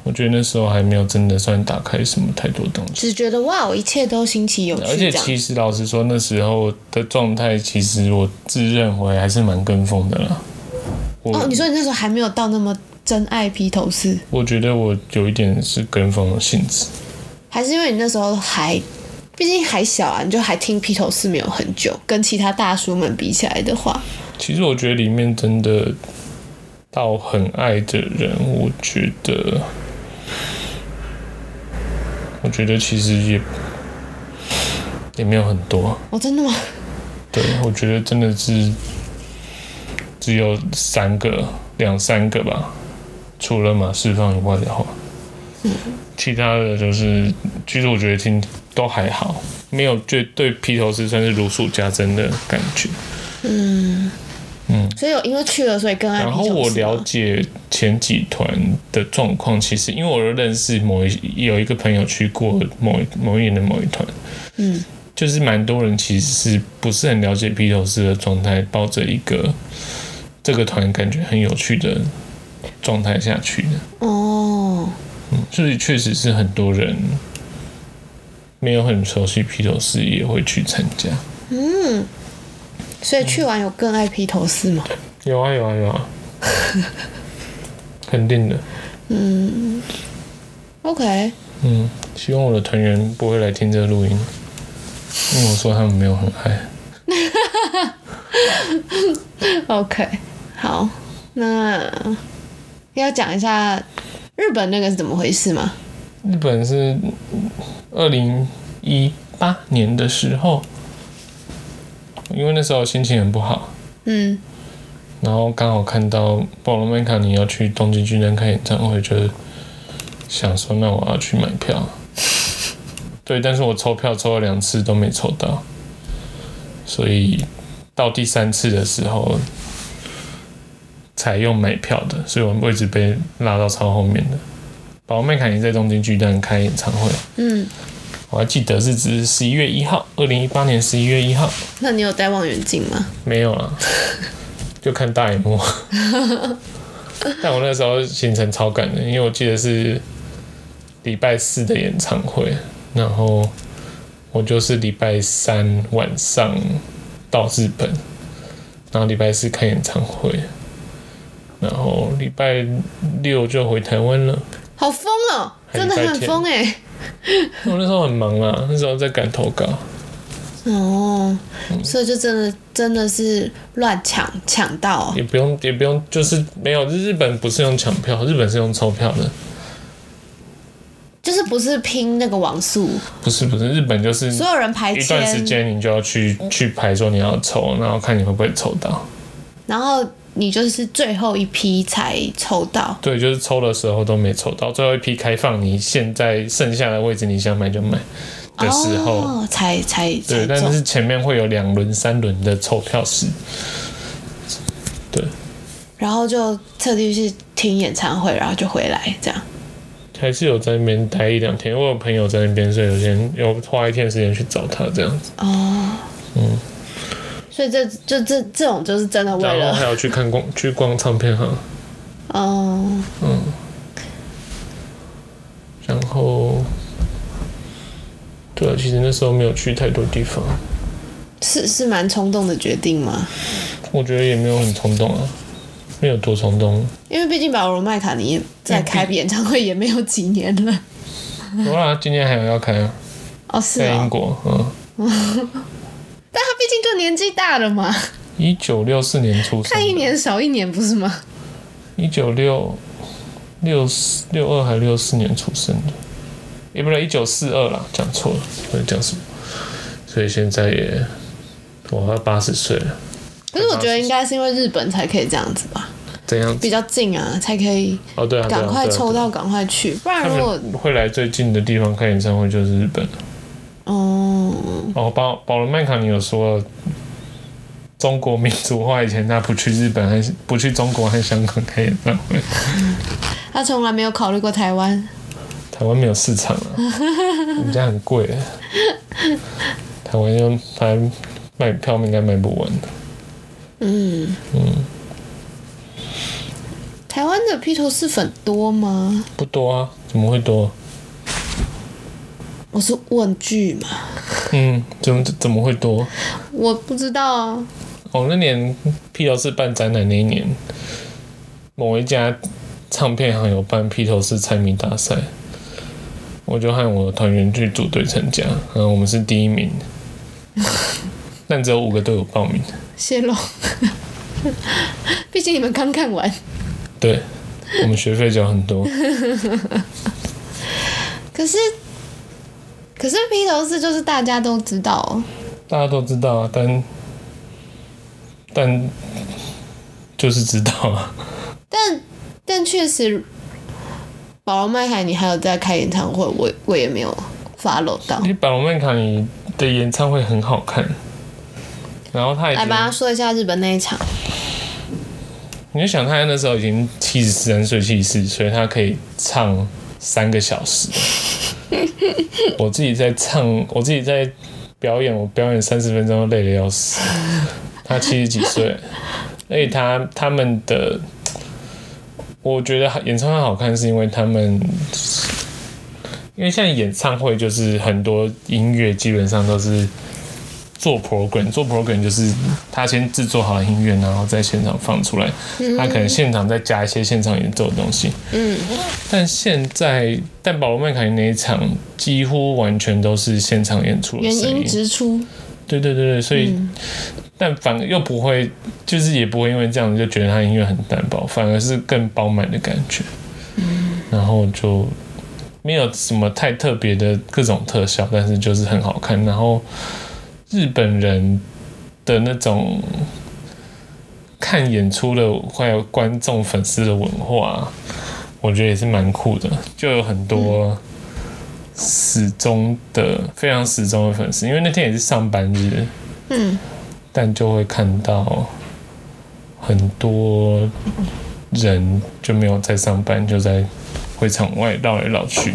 S2: 我觉得那时候还没有真的算打开什么太多东西。
S1: 只觉得哇，一切都新奇有
S2: 而
S1: 趣，
S2: 且
S1: 这样
S2: 其实老实说，那时候的状态，其实我自认为还是蛮跟风的啦。我、
S1: 哦，你说你那时候还没有到那么真爱披头士，
S2: 我觉得我有一点是跟风的性质。
S1: 还是因为你那时候还，毕竟还小啊，你就还听披头士没有很久，跟其他大叔们比起来的话，
S2: 其实我觉得里面真的到很爱的人，我觉得，我觉得其实也也没有很多。
S1: 哦，真的吗？
S2: 对，我觉得真的是只有三个、两三个吧，除了马释放以外的话，其他的就是，其实我觉得听都还好，没有对对披头士算是如数家珍的感觉。
S1: 所以有因为去了，所以更爱披
S2: 然
S1: 头
S2: 后
S1: 士吗。
S2: 我了解前几团的状况，其实因为我有认识某一有一个朋友去过某一某一年的某一团，
S1: 嗯，
S2: 就是蛮多人其实是不是很了解披头士的状态，抱着一个这个团感觉很有趣的状态下去的，嗯
S1: 哦，
S2: 所以确实是很多人没有很熟悉披头士也会去参加。
S1: 所以去完有更爱披头士吗？
S2: 有啊有啊 有啊，肯定的。
S1: OK，
S2: 嗯，希望我的团员不会来听这个录音，因为我说他们没有很爱。
S1: OK，好，那要讲一下日本那个是怎么回事吗？
S2: 日本是二零一八年的时候，因为那时候心情很不好，
S1: 嗯，
S2: 然后刚好看到保罗麦卡尼要去东京巨蛋开演唱会，就是想说那我要去买票。对，但是我抽票抽了两次都没抽到，所以到第三次的时候采用买票的，所以我位置被拉到超后面的。保罗麦卡尼在东京巨蛋开演唱会，
S1: 嗯，
S2: 我还记得日子是十一月一号，二零一八年十一月一号。
S1: 那你有戴望远镜吗？
S2: 没有啦，就看大荧幕。但我那时候行程超赶的，因为我记得是礼拜四的演唱会，然后我就是礼拜三晚上到日本，然后礼拜四看演唱会，然后礼拜六就回台湾了。
S1: 好疯哦，
S2: 还
S1: 真的
S2: 礼拜
S1: 很
S2: 天
S1: 疯哎、
S2: 我那时候很忙啦，那时候在赶投稿。
S1: 哦，所以就真的真的是乱抢抢到哦、
S2: 也不用也不用，就是没有日本不是用抢票，日本是用抽票的。
S1: 就是不是拼那个网速，
S2: 不是不是，日本就是
S1: 所有人排
S2: 嗯一段时
S1: 签，
S2: 间你就要去去排说你要抽，然后看你会不会抽到。
S1: 然后你就是最后一批才抽到。
S2: 对，就是抽的时候都没抽到，最后一批开放，你现在剩下的位置你想买就买的时候，
S1: 哦、才才才
S2: 对，但
S1: 中
S2: 是前面会有两轮、三轮的抽票时，对，
S1: 然后就特地去听演唱会，然后就回来这样。
S2: 还是有在那边待一两天，因为我有朋友在那边，所以有些有花一天时间去找他这样子，
S1: 哦，
S2: 嗯，
S1: 所以这就这这种就是真的为
S2: 然后还
S1: 了，
S2: 有去看逛去逛唱片行，
S1: 嗯，
S2: 然后。对啊，其实那时候没有去太多地方，
S1: 是是蛮冲动的决定吗？
S2: 我觉得也没有很冲动啊。没有多冲动。
S1: 因为毕竟保罗麦卡尼在开演唱会也没有几年了。
S2: 有啊，今年还有要开啊，
S1: 哦，是
S2: 在英
S1: 哦，
S2: 国，嗯，
S1: 但他毕竟就年纪大了嘛，
S2: 一九六四年出生
S1: 看一
S2: 的，
S1: 年少一年不是吗？
S2: 一九六六四六二还六四年出生的，也不对，一九四二啦，讲错了，不能讲什么，所以现在也我快八十岁了，
S1: 可是我觉得应该是因为日本才可以这样子吧，
S2: 怎样？
S1: 比较近啊，才可以
S2: 哦，对啊，对啊
S1: 赶快
S2: 对啊
S1: 抽
S2: 对啊
S1: 到，赶快去，不然
S2: 他
S1: 如果
S2: 们会来最近的地方开演唱会就是日本。
S1: 哦，
S2: 哦，保保罗麦卡尼有说，中国民族化以前他不去日本还不去中国和香港开演唱会，
S1: 他从来没有考虑过台湾，
S2: 台湾没有市场啊，人家很贵，啊台湾要还卖票应该卖不完的。
S1: 台湾的披头士粉多吗？
S2: 不多啊，怎么会多？
S1: 我是问句嘛，
S2: 嗯，怎么怎么会多？
S1: 我不知道啊，
S2: 哦，那年披头士办展览那一年，某一家唱片行有办披头士猜谜大赛，我就和我的团员去组队参加，然后我们是第一名，但只有五个队友报名。
S1: 谢龙， 毕竟你们刚看完。
S2: 对，我们学费交很多，
S1: 可是，可是披头士就是大家都知道哦，
S2: 大家都知道啊，但但就是知道啊。
S1: 但但确实，保罗麦凯尼还有在开演唱会，我我也没有 follow 到
S2: 因。为百龙曼卡尼的演唱会很好看，然后他已
S1: 来
S2: 经
S1: 帮他说一下日本那一场，
S2: 你就想他那时候已经七十三岁、七十四岁，他可以唱三个小时。我自己在唱，我自己在表演，我表演三十分钟都累得要死。他七十几 岁，而且他他们的，我觉得演唱会好看是因为他们，因为像演唱会就是很多音乐基本上都是做 program，做 program 就是他先制作好音乐，然后在现场放出来，他可能现场再加一些现场演奏的东西。嗯，但现在但保罗麦卡尼那一场几乎完全都是现场演出的
S1: 原
S2: 声
S1: 因
S2: 音。
S1: 直出，
S2: 对对对对，所以、但反而又不会，就是也不会因为这样子就觉得他音乐很单薄，反而是更饱满的感觉。然后就没有什么太特别的各种特效，但是就是很好看。然后日本人的那种看演出的还有观众粉丝的文化，我觉得也是蛮酷的，就有很多始终的非常始终的粉丝，因为那天也是上班日，
S1: 嗯，
S2: 但就会看到很多人就没有在上班，就在会场外绕来绕去，